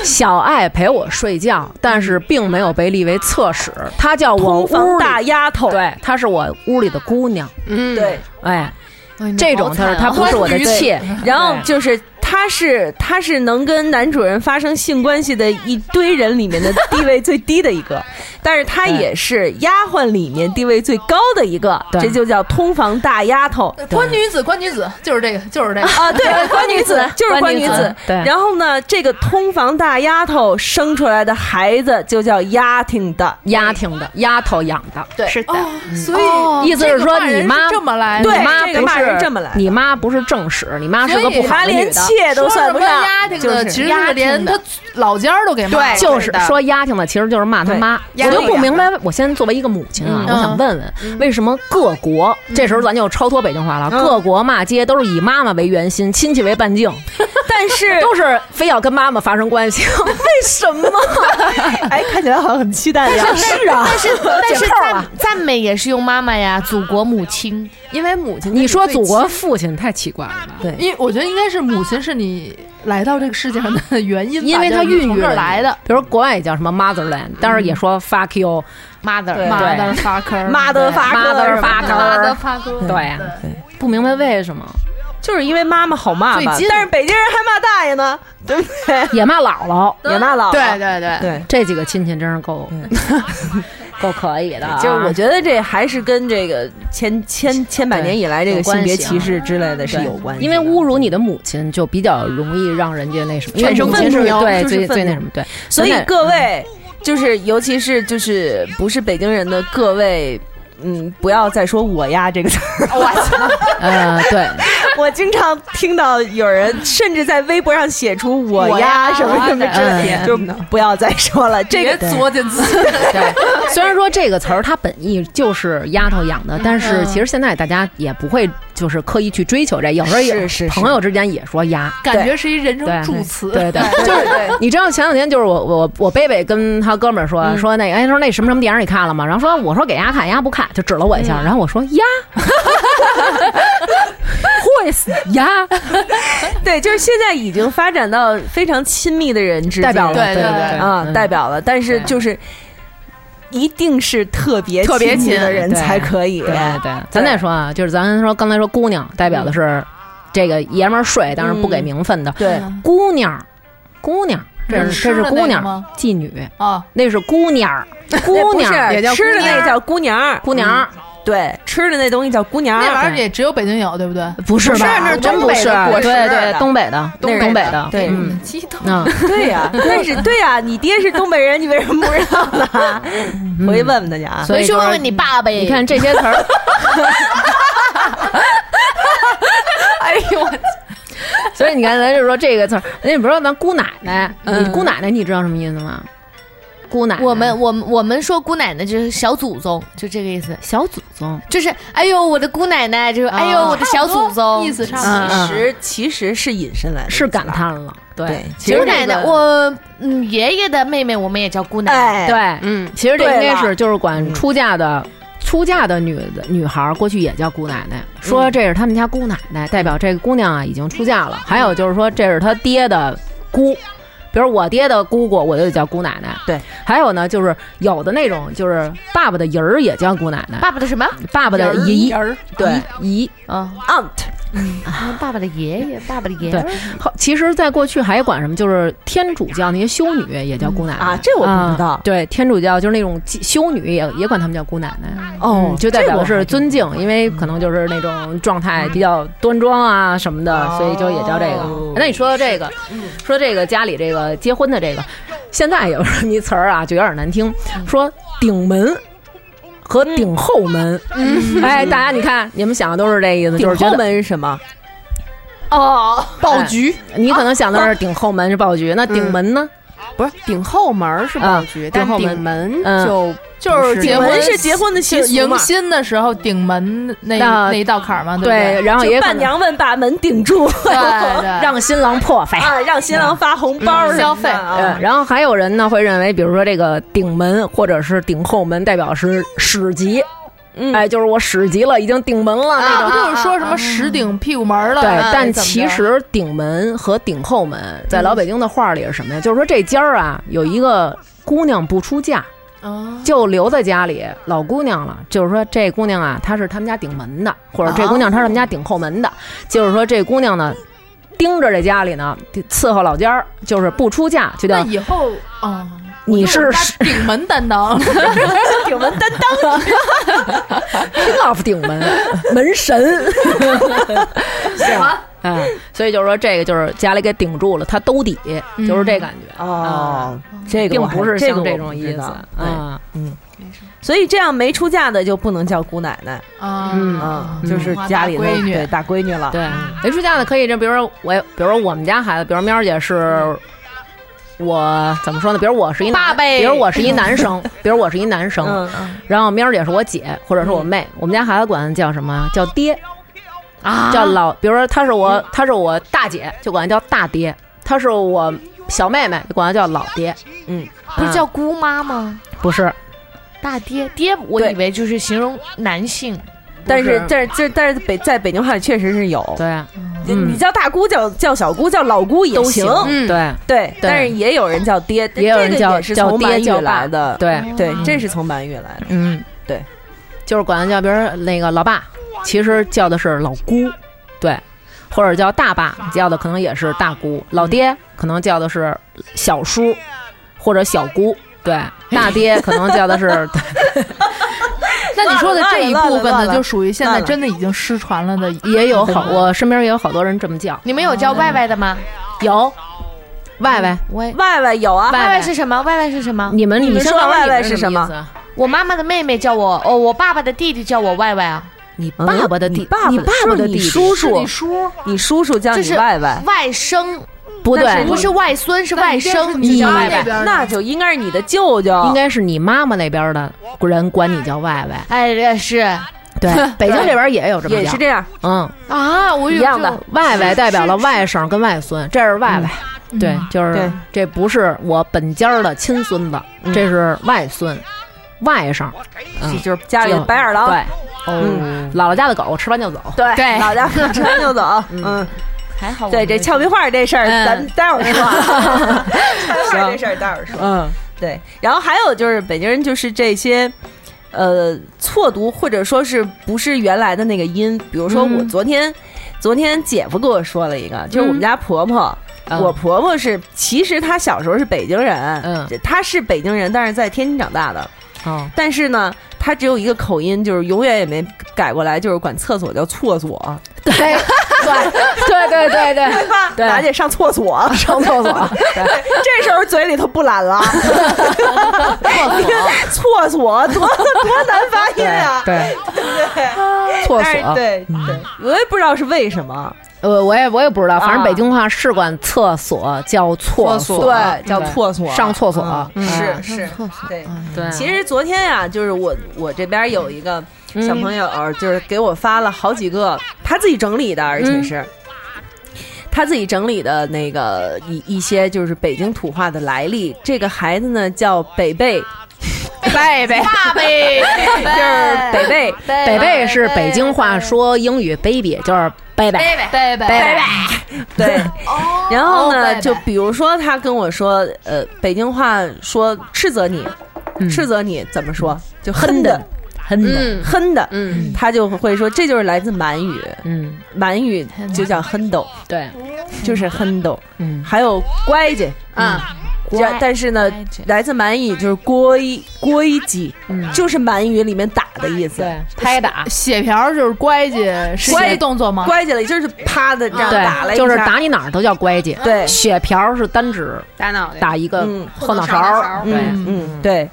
小爱陪我睡觉，但是并没有被立为侧室，她叫我
通
屋
房
里
大丫头，
对，她是我屋里的姑娘，
嗯，
对，
哎，
哎你
这
好
种她
惨
是她
啊
不是我的
对
妾，
然后就是她是她是能跟男主人发生性关系的一堆人里面的地位最低的一个，但是她也是丫鬟里面地位最高的一个，
对
这就叫通房大丫头。
关女子，关女子就是这个，就是这个。
啊，对，关女子就是关女
关女
子
子。对
然后呢，这个通房大丫头生出来的孩子就叫丫挺的，
丫挺的，丫头养的，对，
是的，
所以、
意思
这
是
个
说
骂
你
人哦是
妈
这么来的，
对
你妈
这个
不
骂人
是
这么来的
你妈不是正史，你妈是个
所
不
以
好
她
的
连
女的。
妾都
说
算
什
不
么
上
丫，挺
就是
的，其实是连他老家儿都给骂了，
就是说丫挺的，其实就是骂他
对
妈。
丫
我就
头
不
养
明白，我现在作为一个母亲啊，我想问问，为什么各国这时候咱就超脱北京话了，各国骂街都是以妈妈为圆心，亲戚为半径，
但是
都是非要跟妈妈发生关系？为什么？
哎，看起来好像很期待的样子。
是啊，
但是但是
解扣了
赞赞美也是用妈妈呀，祖国母亲，
因为母亲，
你说祖国父亲太奇怪了吧？对。
因为我觉得应该是母亲是你来到这个世界上的原因 吧，
因为它
就是
孕
从
育
这儿
了
来
你
的。，
比如国外也叫什么 motherland，但是也说 fuck you，
mother
对
妈的发坑，
妈的发
妈
哥
的
是吧
发
妈的
根，
发坑，
对呀，不明白为什么
就是因为妈妈好骂吧
最近，
但是北京人还骂大爷 呢，对不对？
也骂姥姥，
也骂姥姥。
对对对，
对，
这几个亲戚真是够 够可以的啊，
就是我觉得这还是跟这个千千千百年以来这个
有关
性别
系啊
歧视之类的是
对
有关系
因
的，
为侮辱你的母亲就比较容易让人家那什么，因为
产生
母亲
愤
是
怒
对
就是
最
愤
最
怒
那什么对，
所以
真的
各位就是尤其是就是不是北京人的各位。嗯，不要再说“我呀”这个词 儿。
呃对，
我经常听到有人甚至在微博上写出“我
我
呀”
呀
什么什么之类的，
嗯
就不要再说了。这个
别作践自己。
对， 虽然说这个词儿它本意就是丫头养的，但是其实现在大家也不会就是刻意去追求这，有时候也
是是是
朋友之间也说丫。
感觉是一人
对
生助词，
对 对，就是你知道前两天就是我我我贝贝跟他哥们儿
嗯
说说那个哎说那什么什么电影你看了吗？然后说我说给丫看，丫不看，就指了我
嗯
一下，然后我说 丫会死丫，
对，就是现在已经发展到非常亲密的人之间，
代表了
对
对嗯
对对嗯
啊，代表了，但是
对
就是一定是特别
特别
亲密
亲
的人
对
才可以，
对对，咱再说啊，就是咱说刚才说姑娘代表的是这个爷们儿睡，当然不给名分的。
嗯对
姑娘，姑娘，这是这
吃
是
的
姑
那个
娘
吗，
妓女，
啊，
那是姑娘 儿，
那
姑
不
娘儿也
是
叫
吃的
姑娘
那
儿
叫姑娘儿，嗯
姑娘儿，
对，吃的那东西叫姑娘
那
儿，
玩意儿也只有北京有，对不对？
不是吧？
那是
真
东
不
北
是，
的果
对对，
实的
东北的，
那是
东北的，
对
嗯，
激动
那
对呀、但是对呀、你爹是东北人，你为什么不知道 呢？回去问问他去啊。
所以
回去
就
问
是
问你爸呗。
你看这些词儿，
哎呦我，
所以你看咱就说这个词儿，那你不知道咱姑奶奶，你姑奶奶你知道什么意思吗？姑奶奶，
我们我们我们说姑奶奶就是小祖宗，就这个意思，
小祖宗，
就是哎呦我的姑奶奶，就是
啊
哎呦我的小祖宗
哦
意。思差不
嗯
多。
其实其实是引申来的，
是感。叹了，
对
对，
其
姑
实
奶奶，我嗯爷爷的妹妹我们也叫姑奶奶。
哎，
对，
嗯，
其实这应该
对
是
了
就是管出嫁的。出嫁的女的女孩儿过去也叫姑奶奶，说这是他们家姑奶奶，代表这个姑娘啊已经出嫁了。还有就是说这是她爹的姑，比如我爹的姑姑，我就叫姑奶奶。
对，
还有呢，就是有的那种就是爸爸的姨儿也叫姑奶奶，
爸爸的什么？
爸爸的姨儿
对
姨。
嗯，
aunt，
爸爸的爷爷，爸爸的爷
对
爷。，
好其实，在过去还管什么，就是天主教那些修女也叫姑奶奶
啊这我不知道
啊对，天主教就是那种妓修女也也管他们叫姑奶奶。
哦
嗯，就代
这
表
我
是尊敬，因为可能就是那种状态比较端庄啊什么的，所以就也叫这个。哎
哦
那你说到这个，说这个家里这个结婚的这个，现在有什么一词儿啊，就有点难听，说顶门。和顶后门，哎，大家你看，你们想的都是这意思，就是觉
顶后
得
门是什么？
哦，
爆菊，哎你可能想的是顶后门是爆菊，那顶门呢？
不是顶后门儿是爆菊，
嗯
但
顶后门
顶门
嗯
就
就是
顶
结
门
婚
是结婚的 习
就
俗
迎
嘛？
新的时候顶门那
那
那一道坎儿嘛，
对，
对
然后也
就
可
伴
能
娘们把门 顶住，
不对？对对，
让新郎破费。
啊，让新郎发红包
嗯消费
哎
啊
嗯，然后还有人呢会认为，比如说这个顶门或者是顶后门，代表是史级，
嗯
哎，就是我史级了，已经顶门了那
那
种。
啊不就是说什么十顶屁股门儿了？
对，
哎
但
怎么着嗯
其实顶门和顶后门在老北京的话里是什么呀？就是说这家儿啊，有一个姑娘不出嫁，
啊
就留在家里老姑娘了。就是说这姑娘啊，她是他们家顶门的，或者这姑娘她是他
哦
们家顶后门的。就是说这姑娘呢，盯着这家里呢，伺候老家儿，就是不出嫁，就
那
叫
以后啊，
你
我
是
们家顶门担当，
顶门担
king of 顶门门 神。是吧？哎，所以就是说，这个就是家里给顶住了，他兜底，就是
嗯
这感觉。
哦，
嗯
这个
并
我还
不是
这个
像这
我
种
不
意
知
思
道哎对
啊。
所以这样没出嫁的就不能叫姑奶奶，
嗯
嗯，就是家里的
大闺女
对大闺女了，
对，没出嫁的可以，这比如说我，比如说我们家孩子，比如喵儿姐是。我怎么说呢？比如我是一
爸
男，
呗
比如我是一男 生，比如我是一男生，
嗯，
然后喵儿姐是我姐或者是我妹，我们家孩子管叫什么叫爹，
啊
叫老，比如说她是我，
嗯
她是我大姐，就管她叫大爹；她是我小妹妹，就管她叫老爹。嗯
嗯，
啊
不是叫姑妈吗？
不是，
大爹爹，我
对
以为就是形容男性。
但
不
是
是
但是这但是北在北京话里确实是有，
对啊，
你
嗯
你叫大姑叫叫小姑叫老姑也
都行，嗯对，
对，
对
但是也有人叫爹，
也有人
这个
叫
也是
叫
从
爹
满语
叫爸
来的，
对
对，这是从满语来的，
嗯，
对，
就是管他叫，比如说那个老爸，其实叫的是老姑，对，或者叫大爸，叫的可能也是大姑，老爹可能叫的是小叔或者小姑，对，
哎
大爹可能叫的 是
那你说的这一部分
乱了乱
呢，
了
就属于现
乱
在
了
真的已经失传了的，
也有好，我身边也有好多人这么叫，
你们有叫外外的吗？
有外外，
我
外外有
嗯
啊，
外外是什么？外外是什么？
你们
你们
女生
说
当中
外
你
外
们
是什么嗯
意思？
我妈妈的妹妹叫我，哦，我爸爸的弟弟叫我外外啊，
你爸爸的
嗯
弟，
你爸
你
爸
爸爸的
弟
弟
叔
弟
叔，
叔
你叔叔叫
就
你
是
外外，
外甥
不对，
不是外孙，是外甥，
你
叫
那
外
边
甥。
那就应该是你的舅舅，
应该是你妈妈那边的人管你叫外外。
哎，这是
对，北京这边也有这么
也
叫
是这样，
嗯，
啊，我
一
有
样
这
的。外外代表了外甥跟外孙，这是外外。对，就是
对
这不是我本家的亲孙子，这是外孙、外甥。嗯，
就是家里的白眼狼，
对，哦，姥姥家的狗吃完就走。
对
对
老家吃完就走，嗯，
还好我
对，
们
这
没
俏皮话这事儿
嗯
咱们待会儿说啊，俏皮话这事儿待会儿说，
嗯，
对，然后还有就是北京人就是这些。呃，错读或者说是不是原来的那个音？比如说，我昨天、昨天姐夫跟我说了一个，就是我们家婆婆，
嗯
我婆婆是其实她小时候是北京人，
嗯，
她是北京人，但是在天津长大的，
哦，
但是呢，她只有一个口音，就是永远也没改过来，就是管厕所叫厕所，
对对对对对对，对
拿去上厕所，
上厕所。对
这时候嘴里头不懒了，厕所多多难发音啊，
对，
对
厕
但是
所。嗯
对对，我也不知道是为什么，
呃，我也我也不知道，反正
啊
北京话是管厕所叫厕所，
对，叫厕所，
上厕所
嗯
嗯
是是，对。
啊
对，
其实昨天呀、就是我我这边有一个
嗯
小朋友，就是给我发了好几个他自己整理的，而且
嗯
是。他自己整理的那个一一些就是北京土话的来历。这个孩子呢叫北贝，
贝贝，爸贝，
就是北贝，
北贝是北京话说英语 baby 就是贝贝，
贝
拜
贝
拜
贝贝
对。然后
哦贝
呢，
贝
就比如说他跟我说，呃，北京话说斥责你，
嗯
斥责你怎么说？就哼的，
很
嗯，哼的，
嗯
他就会说这就是来自满语，
嗯，
满语就叫哼斗，
对，
嗯就是哼斗。
嗯
还有乖姐，
啊，
这但是呢，来自满语就是郭一郭一级，就是满语里面打的意思。
嗯对，拍打，
血瓢就是乖姐，是
乖
这动作吗？
乖姐了，就是啪的这样打
嗯对，
了一下，
就是打你哪儿都叫乖姐，
对
血瓢是单指
打脑袋，
打一个
嗯
后脑勺儿，对，
嗯嗯对。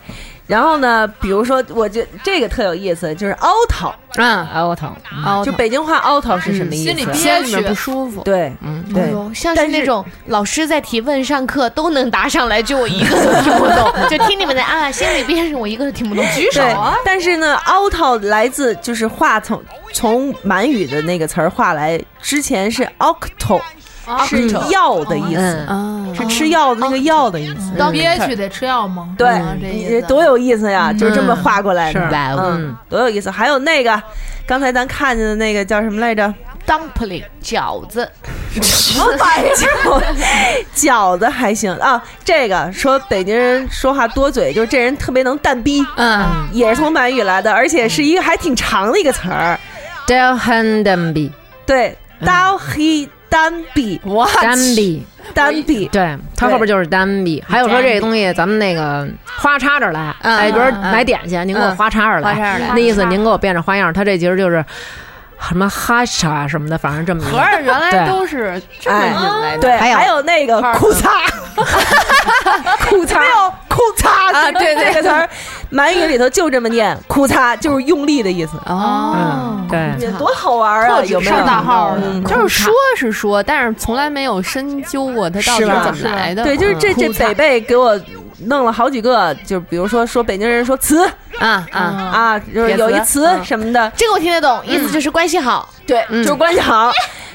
然后呢，比如说，我觉这个特有意思，就是凹槽，
嗯，哎我疼，
哦
就北京话凹槽是什么意思？
心里
心
憋
里面
屈
不，舒服。
对，
嗯
对。
哎呦，像
但
是
是
那种老师在提问上课都能答上来，就我一个都听不懂，就听你们的啊，心里边上我一个都听不懂，举手
对
啊，，
但是呢凹套来自就是话从从满语的那个词儿化来，之前是 octo，是药的意思，
嗯，
是吃药的那个药的意思。
当憋屈得吃药吗？
对
嗯，这
你
意
这
思
多有意思呀！就这么画过来的，
是哇哦
嗯，多有意思。还有那个，刚才咱看见的那个叫什么来着？
dumpling 饺子，
什么玩意 儿？饺子还行啊。这个说北京人说话多嘴，就是这人特别能蛋逼，
嗯，
也是从满语来的，而且是一个还挺长的一个词儿。
叫 handanbi
对，刀黑单臂，哇，
单臂，
单臂，
对，它
对
后边就是单臂。还有说这个东西，咱们那个花叉着来，
嗯
哎，比如
嗯嗯
买点心，您给我花叉着
嗯
来，
花叉着来
那意思您给我变着花样。它这其实就是什么哈叉什么的，反正这么一
合
个。
着原来
对
都是这么
哎
引来的。
对，
还有
还有那个裤 衩，裤衩没有裤衩啊，对对，这个词儿，满语里头就这么念，裤衩就是用力的意思，
哦
嗯，对，
多好玩啊！有没有
啊上大号的
嗯
就是说是说，但是从来没有深究过它到底
是吧
是怎么来的。
对，就是这这
嗯
北贝给我弄了好几个，就比如说说北京人说词
嗯
啊啊，
嗯
啊，就是有一词什么的，
这个我听得懂，意思就是关系好，
嗯对，嗯就是关系好。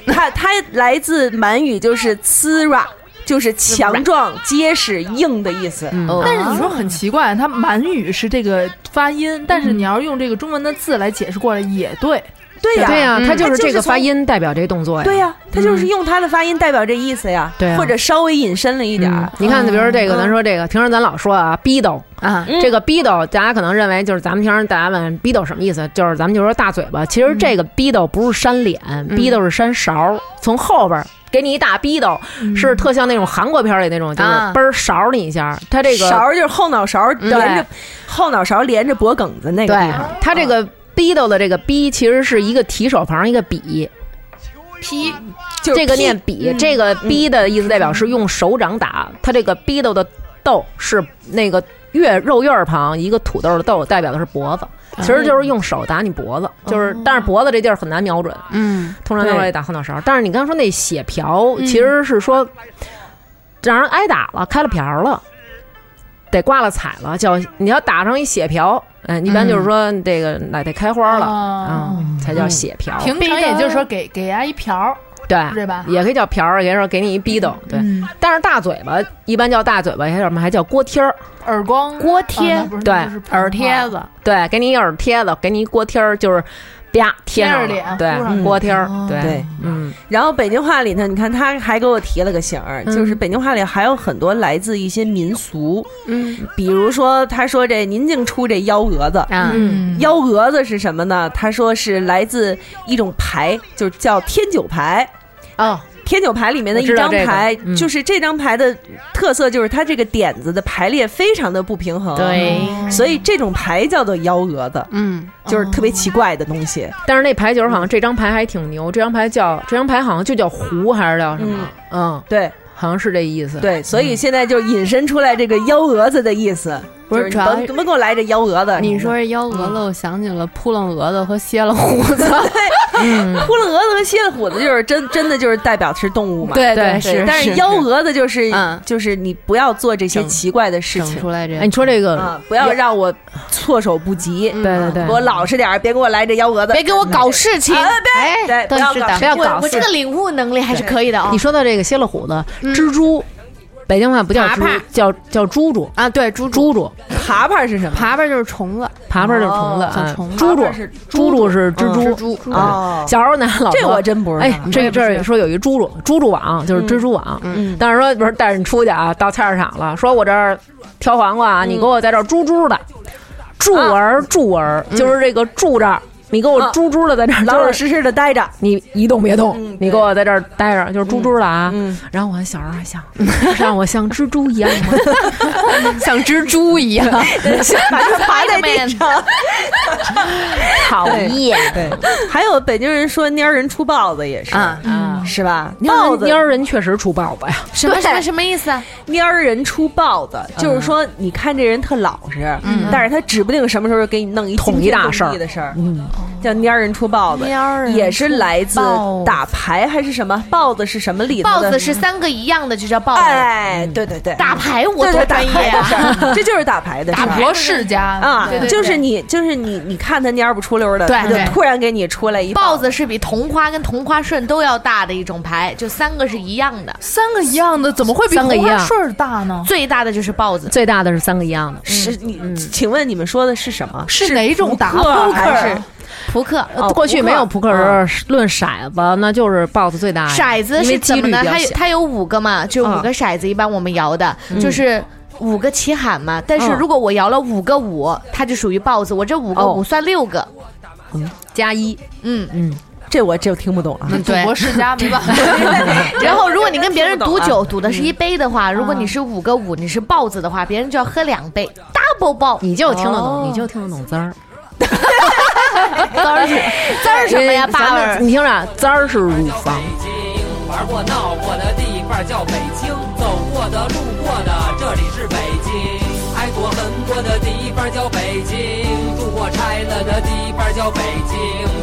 它它来自满语，就是“ c r a 就是强壮、结实、硬的意思。
嗯
但是你说很奇怪，它满语是这个发音，但是你要用这个中文的字来解释过来也对，
对呀，嗯
对呀，它就是
它就是
这个
从
发音代表这动作呀。嗯
对呀，它就是用它的发音代表这意思呀，
对啊
或者稍微引申了一点
嗯
儿。
你看，比如说这个，咱说这个，平时咱老说啊逼斗
啊，
这个逼斗，大家可能认为就是咱们平时大家问逼斗什么意思，就是咱们就说大嘴巴。其实这个逼斗不是扇脸，逼斗是扇勺，从后边儿给你一大逼斗，是特像那种韩国片儿里那种，就是
啊
嘣儿勺你一下。他这个
勺儿就是后脑勺连着
对，
后脑勺连着脖梗子那个啊地
对
方。
他这个逼斗的这个逼其实是一个提手旁一个笔，
劈
就是
这个
劈
念笔，这个逼的意思代表是用手掌打，它这个逼斗的斗是那个月肉月儿旁一个土豆的豆，代表的是脖子，其实就是用手打你脖子，就是但是脖子这地儿很难瞄准，
嗯，
通常都
对
会打后脑勺。但是你刚刚说那血瓢其实是说。让人挨打了，开了瓢了，得挂了彩了，叫你要打上一血瓢，哎，一般就是说这个那得开花了啊、
哦
才叫血瓢。
平常也就是说给哎给伢一瓢儿，
对，
对吧
也可以叫瓢儿，也是给你一逼斗，对。
嗯
但是大嘴巴一般叫大嘴巴，还叫什么？还叫锅贴儿，
耳光、
锅贴
啊那不是
对
那就是普通话
耳贴子，
对，给你一耳贴子，给你一锅贴儿，就是啪贴上了，
贴着脸
对
敷，上
锅贴儿，
哦
对，
对
嗯，
然后北京话里头，你看他还给我提了个醒儿，就是北京话里还有很多来自一些民俗，嗯，比如说他说这您净出这幺蛾子，
啊，
嗯，
幺蛾子是什么呢？他说是来自一种牌，就是叫天九牌。
哦，
天九牌里面的一
我知道
张
这个
牌，
嗯
就是这张牌的特色，就是它这个点子的排列非常的不平衡，，
对，
所以这种牌叫做幺蛾子，
嗯，
就是特别奇怪的东西。
但是那牌九好像这张牌还挺牛，这张牌叫这张牌好像就叫胡还是叫什么？嗯，
对
好像是这意思。，
对，所以现在就引申出来这个幺蛾子的意思，
不是
就
主
你
要
甭甭给我来这幺蛾子。
你说这幺蛾子，
嗯
我想起了扑棱蛾子和蝎了胡 子，
扑棱蛾子和蝎子虎子就是真真的就是代表是动物嘛？
对
对
是，
但是幺蛾子就是
嗯
就是你不要做这些奇怪的事
整
情
出来这
哎，你说这个，
啊，不要让我措手不及。
对对对
给，我老实点儿，别给我来这幺蛾子，
别给我搞事情，
啊对对，不
都
要
是
搞
的，
事
不要搞
我我这个领悟能力还是可以
哦
的啊
你。说到这个蝎了虎子、
嗯
蜘蛛，北京话不叫蜘蛛，叫叫猪猪，
啊，对，猪
猪猪，
爬爬是什么？
爬爬就是虫子，
爬爬就是虫子，
哦
小
啊
虫子
猪猪
爬爬是
猪猪是蜘蛛，
猪
对
哦
小时候呢，老
这
婆
我真不知道
哎，这这儿说有一猪猪猪猪网，就是蜘蛛网。
嗯
但是说不是带着你出去啊，到菜市场了，说我这儿挑黄瓜啊，
嗯
你给我在这儿猪猪的，住儿住儿，就是这个住这儿，你给我
嗯啊
猪猪的在这儿，
老
就
老
是
实实的待着。
你一动别动
嗯，
你给我在这儿待着，就是猪猪的啊
嗯。
然后我小时候还 想，让我像蜘蛛一样吗？
像蜘蛛一 样，
把它爬在地上。
讨厌
对， 还有北京人说蔫儿人出豹子也是，
啊
啊！
是吧？
蔫
豹
人
子
蔫儿人确实出豹子呀，
什么什么什么意思啊？
蔫儿人出豹子，
嗯
就是说你看这人特老实，但是他指不定什么时候给你弄一
捅嗯一
惊天
大
动
事儿嗯
地的事儿，叫蔫儿人出豹子
蔫儿，人
也是来自
豹子
打牌还是什么？豹子是什么里头
豹
的
子是三个一样的，就叫豹子。嗯
哎，对对对，
打牌我
对
多
对打
专
牌
业
的
啊！
事儿，这就是打牌的事
打
儿。
博世家
啊
对，对
就是
对
你，就是你，你看他蔫儿不出溜儿的，
对
他就
对
突然给你出来一
豹子是比同花跟同花顺都要大的一种牌，就三个是一样的，
三个一样的，怎么会比
三个一
红
样
花顺儿大呢？
最大的就是豹子。
最大的是三个一样的。
是你，
嗯
请问你们说的是什么？
是哪种打
扑克还是
扑克
呃过去没有扑克时候论骰子，那就是豹子最大呀。
骰子
因为
是
几
怎么
率
呢？
比较
它有
小。
它有五个嘛，就五个骰子，一般我们摇的、就是。五个齐喊嘛，但是
嗯
如果我摇了五个五，它就属于豹子。我这五个
哦
五算六个，
加一，
嗯。
这我这我听不懂啊。
赌博世家没办法，
然
哦
后哦如果你跟别人赌
听不懂啊
酒，赌的是一杯的话，如果你是五个五，你是豹子的话，别人就要喝两杯，double 豹。
你就听得懂，你就听得懂滋儿。
字儿什么呀，
咱
爸
们
爸？
你听着，滋儿是乳房，
玩过闹过的地方叫北京，走过的路过的这里是北京，挨过恨过的地方叫北京，住过拆了的地方叫北京，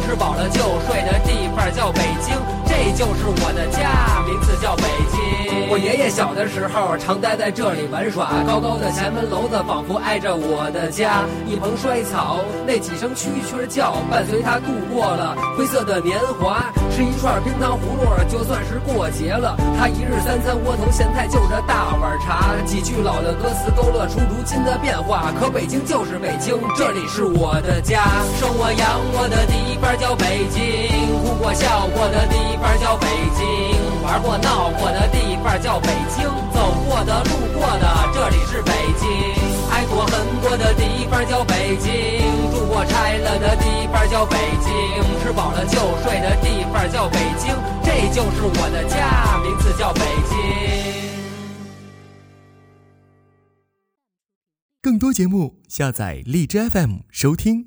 吃饱了就睡的地方叫北京，这就是我的家，名字叫北京。我爷爷小的时候常待在这里玩耍，高高的前门楼子仿佛挨着我的家，一蓬衰草，那几声蛐蛐儿叫伴随他度过了灰色的年华，吃一串冰糖葫芦儿就算是过节了。他一日三餐窝头咸菜就着大碗茶，几句老的歌词勾勒出如今的变化。可北京就是北京，这里是我的家，生我养我的地方叫北京，哭过笑过的地方叫北京，玩过闹过的地方叫北京，走过的路过的这里是北京，爱过恨过的地方叫北京，住过拆了的地方叫北京，吃饱了就睡的地方叫北京，这就是我的家，名字叫北京。
更多节目，下载荔枝 FM 收听。